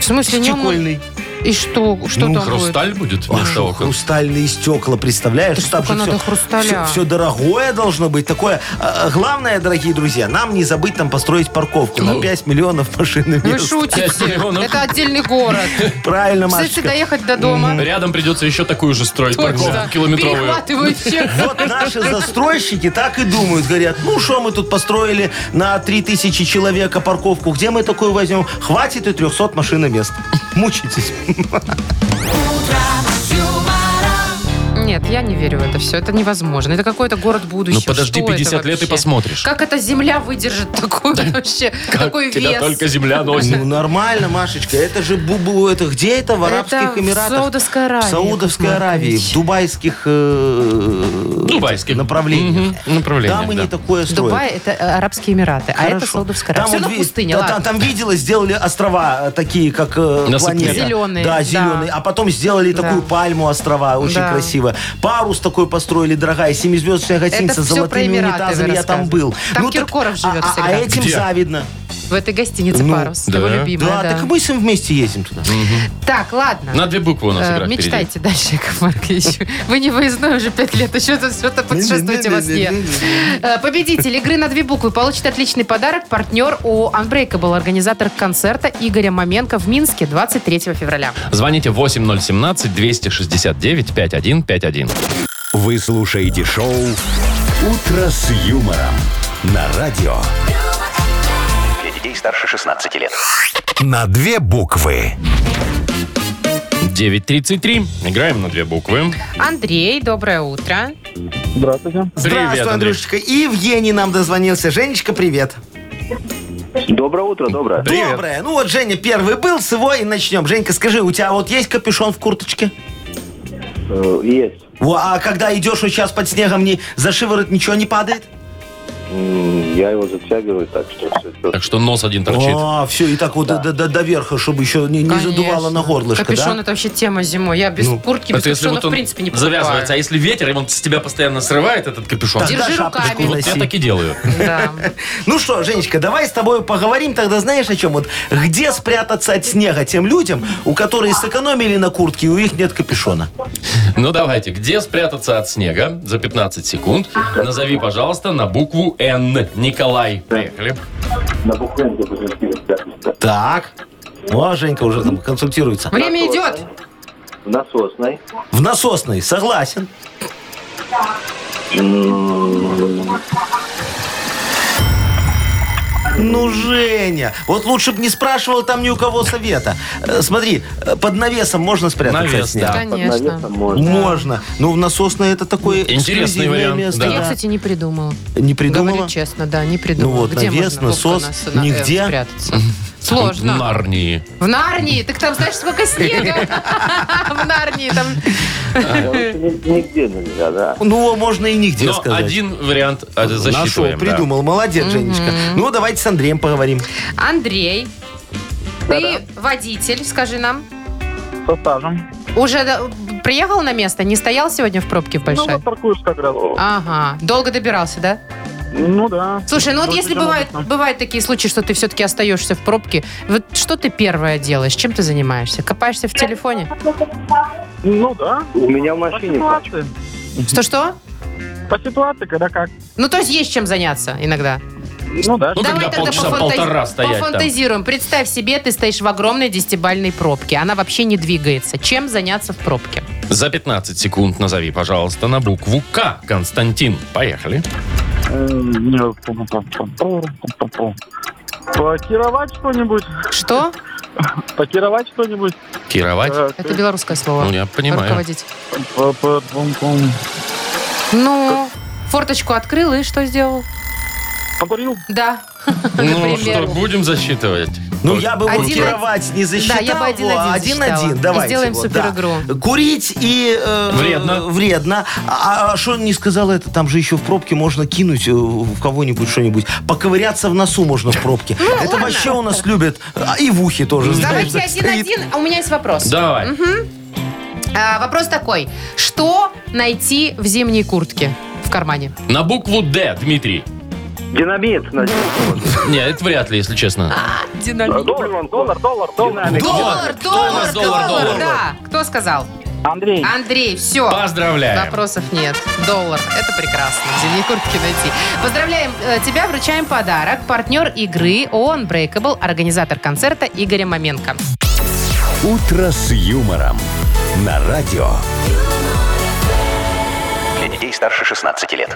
В смысле, не
Стекольный.
И что? Что
Ну,
там будет?
хрусталь будет вместо
А Что,
окон.
хрустальные стекла, представляешь?
Да
Там
сколько
же
надо
всё-
хрусталя?
всё- всё дорогое должно быть. Такое. А, а, Главное, дорогие друзья, нам не забыть там построить парковку
Ну.
на 5 миллионов машин. и
Вы
Пять
мест.
шутите.
миллионов.
Это
*laughs*
отдельный город.
Правильно,
Кстати,
Машечка.
доехать до дома.
Рядом придется еще такую же строить парковку
Точно.
километровую.
Перехватывают всех.
*laughs*
Вот наши застройщики так и думают. Говорят, ну что мы тут построили на 3000 человека парковку? Где мы такую возьмем? Хватит и 300 машин и мест. Мучитесь.
Нет, я не верю в это все. Это невозможно. Это какой-то город будущего.
Ну, подожди
Что это
50 лет и
вообще?
посмотришь.
Как эта земля выдержит
*laughs*
такую вообще, такой
Тебя
вес?
только земля носит.
Ну нормально, Машечка. Это же бубу, это где это в Арабских
Это в
Эмиратах?
Саудовской Аравии,
В Саудовской
Яков
Аравии,
Маркович.
в дубайских э,
Дубайских.
направлениях.
Мгм, направлениях,
Там они
да.
такое строят.
Дубай – это э, Арабские Эмираты, а это
Хорошо.
Саудовская Аравия. Все
вот
равно
ви-
пустыня,
да,
ладно.
там, там видела, сделали острова э, такие, как э,
Насыпные.
планета.
Зеленые, да.
Да, зеленые. А потом сделали
Да.
такую пальму острова, очень
Да.
красиво. Парус такой построили, дорогая, семизвездочная гостиница,
всё
с
про
золотыми
Эмираты
унитазами.
вы
Я там
рассказываете.
был.
Там
так-
Киркоров живет
а- а-
всегда.
А этим
Где?
завидно.
В этой гостинице
Ну,
«Парус»,
да.
его
Да,
любимая, да.
так мы с ним вместе ездим туда.
Так, ладно.
На две буквы у нас
Э,
игра впереди.
Мечтайте дальше, Яков Маркович.
*laughs*
Вы не выездной уже пять лет, еще тут что-то путешествуете во сне. Э, Победитель игры на две буквы получит отличный подарок. Партнер у Unbreakable, организатор концерта Игоря Маменко в Минске 23 февраля.
Звоните 8017-269-5151.
Вы слушаете шоу «Утро с юмором» на радио.
Для детей старше 16 лет.
На две буквы.
9.33. Играем на две буквы.
Андрей, доброе утро.
Здравствуйте.
Привет,
Здравствуй,
Андрей.
Андрюшечка. И Евгений нам дозвонился. Женечка, привет.
Доброе утро, доброе.
Привет.
Доброе. Ну вот Женя первый был, с его и начнем. Женька, скажи, у тебя вот есть капюшон в курточке?
Э, Есть.
Во, а когда идешь вот сейчас под снегом, не, за шиворот ничего не падает?
Я его затягиваю, так что все.
Так что нос один торчит.
А, все, и так вот до, до- до верха, чтобы еще не, не задувало на горлышко,
Капюшон
да?
это вообще тема зимой. Я без куртки, без
Ну, Это если
капюшона
вот
в
он
принципе не покупаю.
завязывается, а если ветер, и он с тебя постоянно срывает этот капюшон.
Тогда
Держи
шапочку
руками.
Вот я
носи.
так и
*laughs*
делаю. *laughs*
Да.
Ну что, Женечка, давай с тобой поговорим тогда, знаешь, о чем? Вот где спрятаться от снега тем людям, у которых сэкономили на куртке, и у них нет капюшона?
Ну давайте, где спрятаться от снега за 15 секунд? Назови, пожалуйста, на букву Н. Николай. Поехали.
На букву «Н» запустили пятницу.
Так. О, Женька уже там консультируется.
Время идет.
В насосной.
В насосной, согласен. Ну, Женя, вот лучше бы не спрашивал там ни у кого совета. Э, Смотри, э, под навесом можно спрятаться
Навес,
от снега?
да.
Конечно.
Можно. Ну, в насосной это такое
Интересный
эксклюзивное
вариант,
место.
да.
Я, кстати, не придумала.
Не придумала?
Говорю честно, да, не
Ну
придумала.
вот, навес,
можно, Вовка,
насос,
на- на- э,
нигде.
спрятаться? Сложно.
В Нарнии.
В Нарнии? Так там знаешь, сколько
*laughs*
снега? В Нарнии там...
Нигде нельзя, да.
Ну, можно и нигде
Но
сказать.
один вариант э,
Нашел,
засчитываем. да.
придумал. Молодец, Женечка. Ну, давайте с Андреем поговорим.
Андрей, ты водитель, скажи нам.
Со стажем.
Уже да, приехал на место? Не стоял сегодня в пробке в
Ну,
большой?
вот паркуешься как раз.
Ага, долго добирался, да?
Ну, да.
Слушай, ну вот
Ну,
если
это
бывают,
можно.
бывают такие случаи, что ты все-таки остаешься в пробке, вот что ты первое делаешь? Чем ты занимаешься? Копаешься в телефоне?
Ну, да. У меня в машине.
Что-что?
По ситуации, когда как.
Ну, то есть есть чем заняться иногда.
Ну, да.
Ну, когда полчаса, полтора стоять там.
пофантазируем. Представь себе, ты стоишь в огромной десятибальной пробке. Она вообще не двигается. Чем заняться в пробке?
За 15 секунд назови, пожалуйста, на букву К. Константин. Поехали.
Покировать что-нибудь?
Что?
Покировать что-нибудь?
Кировать.
Это белорусское слово.
Ну, я понимаю.
Руководить. Ну, форточку открыл и что сделал?
Покурил?
Да. *laughs*
Ну
К примеру.
что, будем засчитывать?
Ну, я бы
Один-
вот кировать не засчитал.
Да, я бы один-один
во,
засчитала.
Один-один,
И
давайте.
сделаем
вот,
суперигру.
да. Курить и... э,
Вредно.
э, Вредно. А что не сказал это? Там же еще в пробке можно кинуть э, в кого-нибудь что-нибудь. Поковыряться в носу можно в пробке. Это
Ну, ладно.
вообще у нас любят. А, И в ухе тоже. знаешь,
Давайте
стоит.
один-один, а у меня есть вопрос.
Давай.
А, вопрос такой. Что найти в зимней куртке в кармане?
На букву «Д», Дмитрий.
Динамит, значит.
Не, это вряд ли, если
А.
честно.
Динамит.
Доллар, доллар, доллар, доллар.
Доллар,
Доллар,
доллар,
доллар,
доллар,
доллар.
да. Кто сказал?
Андрей.
Андрей, все.
Поздравляем.
Вопросов нет. Доллар. Это прекрасно. В зимней куртке найти. Поздравляем э, тебя, вручаем подарок. Партнер игры ООН Breakable, организатор концерта Игоря Маменко.
«Утро с юмором» на радио.
Для детей старше 16 лет.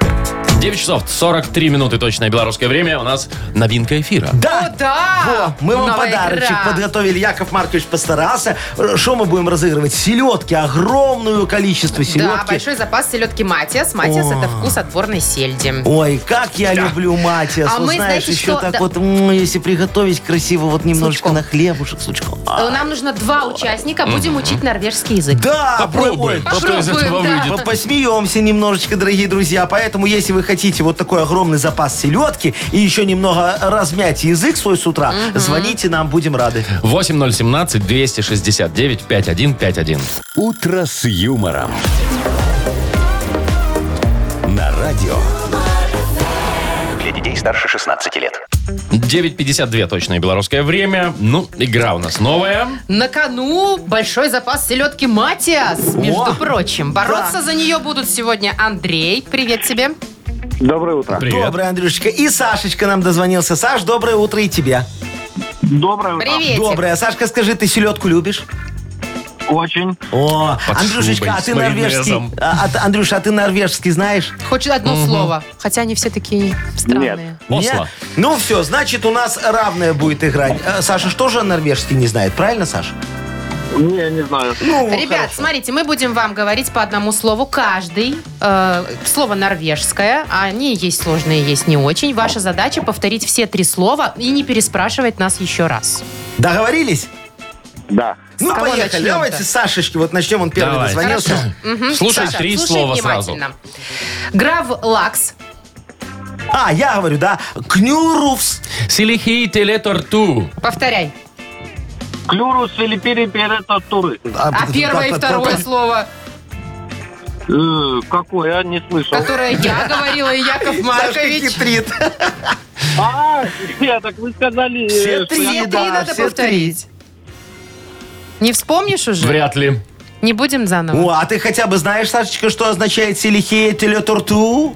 9 часов 43 минуты точное белорусское время. У нас новинка эфира.
Да,
О, да!
Во, мы вам
А, Новая
подарочек
игра.
подготовили. Яков Маркович постарался. Что мы будем разыгрывать? Селедки. Огромное количество
Да,
селедки.
большой запас селедки Матиас. Матиас это вкус отборной сельди.
Ой, как я люблю матиас.
А
Вот
мы,
знаешь,
знаете,
еще
что-
так
да.
вот, м, если приготовить красиво, вот немножечко
лучком.
на хлебушек с лучком. А,
Э, Нам нужно два участника. Будем учить норвежский язык.
Да,
Попробуем,
ой,
что из этого
А Попробуем, да.
выйдет.
по- Посмеемся немножечко, дорогие друзья. Поэтому, если вы хотите вот такой огромный запас селедки и еще немного размять язык свой с утра, звоните нам, будем рады.
8017 269 5151.
«Утро с юмором». На радио.
Для детей старше 16 лет.
9.52 точное белорусское время. Ну, игра у нас новая.
На кону большой запас селедки Матиас, между
О,
прочим. Бороться за нее будут сегодня Андрей. Привет тебе.
Доброе утро.
Привет.
Доброе, Андрюшечка. И Сашечка нам дозвонился. Саш, доброе утро и тебе.
Доброе
А,
утро.
Привет.
Доброе. Сашка, скажи, ты селедку любишь?
Очень.
О,
Под шубой,
Андрюшечка, а
с
ты норвежский.
майонезом.
а- а ты- Андрюша, а ты норвежский знаешь?
Хочет одно слово. Хотя они все такие странные.
Осло.
Не? Ну все, значит, у нас равная будет играть. Э, Саша что же норвежский не знает, правильно, Саша?
Не, не знаю.
Ну,
Ребят, смотрите, мы будем вам говорить по одному слову каждый. Э, слово норвежское. Они есть сложные, есть не очень. Ваша задача повторить все три слова и не переспрашивать нас еще раз.
договорились?
Да.
Ну,
кого
поехали.
начнем-то?
Давайте с Сашечки. Вот начнем, он первый
Давайте.
дозвонился.
Мгм.
Слушай
Саша,
три
слушай
слова сразу.
внимательно. Граф Лакс.
А, я говорю, да. Кнюрувс.
Силихи теле торту.
Повторяй.
Клюрус или туры.
А первое и второе слово,
Какое? Я не слышал.
которое
*laughs*
я говорила, и Яков
Сашка
Маркович.
хитрит.
А, нет, так вы сказали...
Все
э,
три,
Все три
да,
надо
все три.
повторить. Не вспомнишь уже?
Вряд ли.
Не будем заново.
О, а ты хотя бы знаешь, Сашечка, что означает селихея телеторту?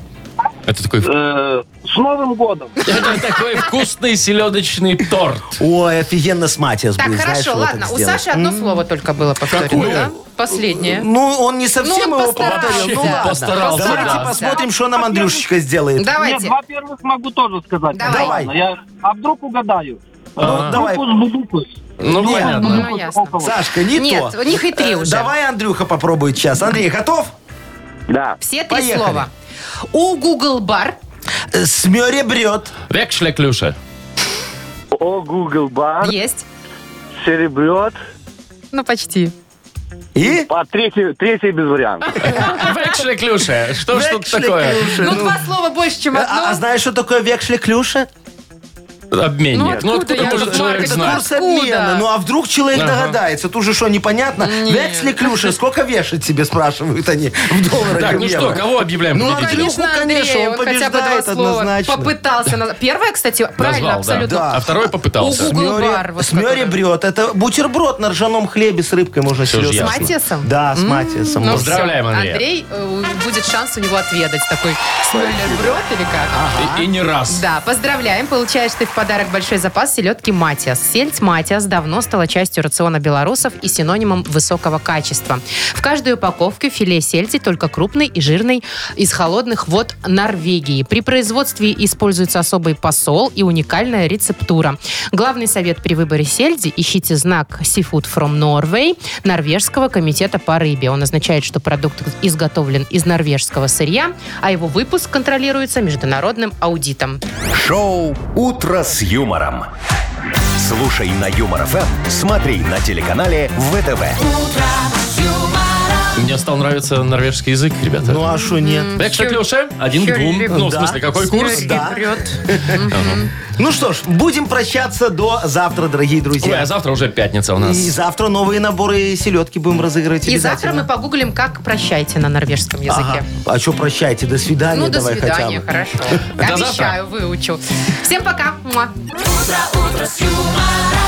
Это
*laughs*
такой,
э, С Новым годом!
*laughs* это такой вкусный селедочный торт.
Ой, офигенно с Матиас
Так,
будет, знаешь,
хорошо,
вот
ладно.
так
У
сделать.
Саши одно слово только было повторено,
Какое?
да? Последнее.
Ну, он не совсем
Ну, он
его
постарался.
повторил. Ну, ладно.
Постарался,
Давайте
да.
посмотрим, что нам Андрюшечка сделает.
Давайте.
Нет, во-первых, могу тоже сказать.
Давай.
Ладно, Я, а вдруг угадаю?
Ну, давай.
Букус-букус.
Ну,
Нет.
понятно.
Ну, ясно.
Сашка, не
Нет,
то. Э,
не хитри уже.
Давай Андрюха попробует сейчас. Андрей, готов?
Да.
Все три
Поехали.
слова. У Google Бар.
Э, Смеребрет.
Векшля клюша.
О, Google
А,
Бар,
Есть.
серебрет.
Ну, почти.
И?
А третий, третий без вариантов.
Векшля клюша. Что ж тут такое?
Векшлеклюша.
Ну,
Ну,
два слова больше, чем одно.
А, а знаешь, что такое векшлеклюша?
Обменник.
Ну,
Ну, откуда
откуда я
может
знаю?
человек
Это
знать?
Курс
Откуда?
обмена. Ну, а вдруг человек
Ага.
догадается? Тут же что, непонятно? Векшлеклюша, сколько вешать тебе, спрашивают они в долларах и
Так,
в
ну что,
евро.
кого объявляем
Ну,
победителем?
Андрюху, конечно, он
хотя бы два
побеждает
слова
однозначно.
попытался. наз- Первое, кстати, правильно,
Назвал,
абсолютно.
да.
Да.
А второй попытался.
Угу. Углубар, вот
Смеребрет. Это бутерброд на ржаном хлебе с рыбкой можно
Всё же
С
селёдку.
ясно.
Матисом?
Да, с Матиасом.
Ну,
можно.
Поздравляем,
всё.
Андрея.
Андрей, э, будет шанс у него отведать такой смолерброд или как.
И, и не раз.
Да, поздравляем. Получаешь ты в подарок большой запас селедки Матиас. Сельдь Матиас давно стала частью рациона белорусов и синонимом высокого качества. В каждой упаковке филе сельди только крупный и жирный из холодных вод Норвегии. При производстве используется особый посол и уникальная рецептура. Главный совет при выборе сельди – ищите знак Seafood from Norway Норвежского комитета по рыбе. Он означает, что продукт изготовлен из норвежского сырья, а его выпуск контролируется международным аудитом.
Шоу «Утро с юмором». Слушай на Юмор ФМ, смотри на телеканале ВТВ.
Мне стал нравиться норвежский язык, ребята.
Ну а что нет?
Я, кстати, Леша, один к двум.
Хюррик.
Ну, в
Да.
смысле, какой курс?
Да.
Вперед.
Ну что ж, будем прощаться до завтра, дорогие
Ой,
друзья.
а завтра уже пятница у нас.
И завтра новые наборы селедки будем разыгрывать
И завтра мы
обязательно.
погуглим, как прощайте на норвежском языке.
Ага. А что прощайте? До свидания
Ну, до
давай хотя
свидания,
бы.
хорошо.
До завтра.
Обещаю, выучу. Всем пока. Муа.
утро, утро с юмором.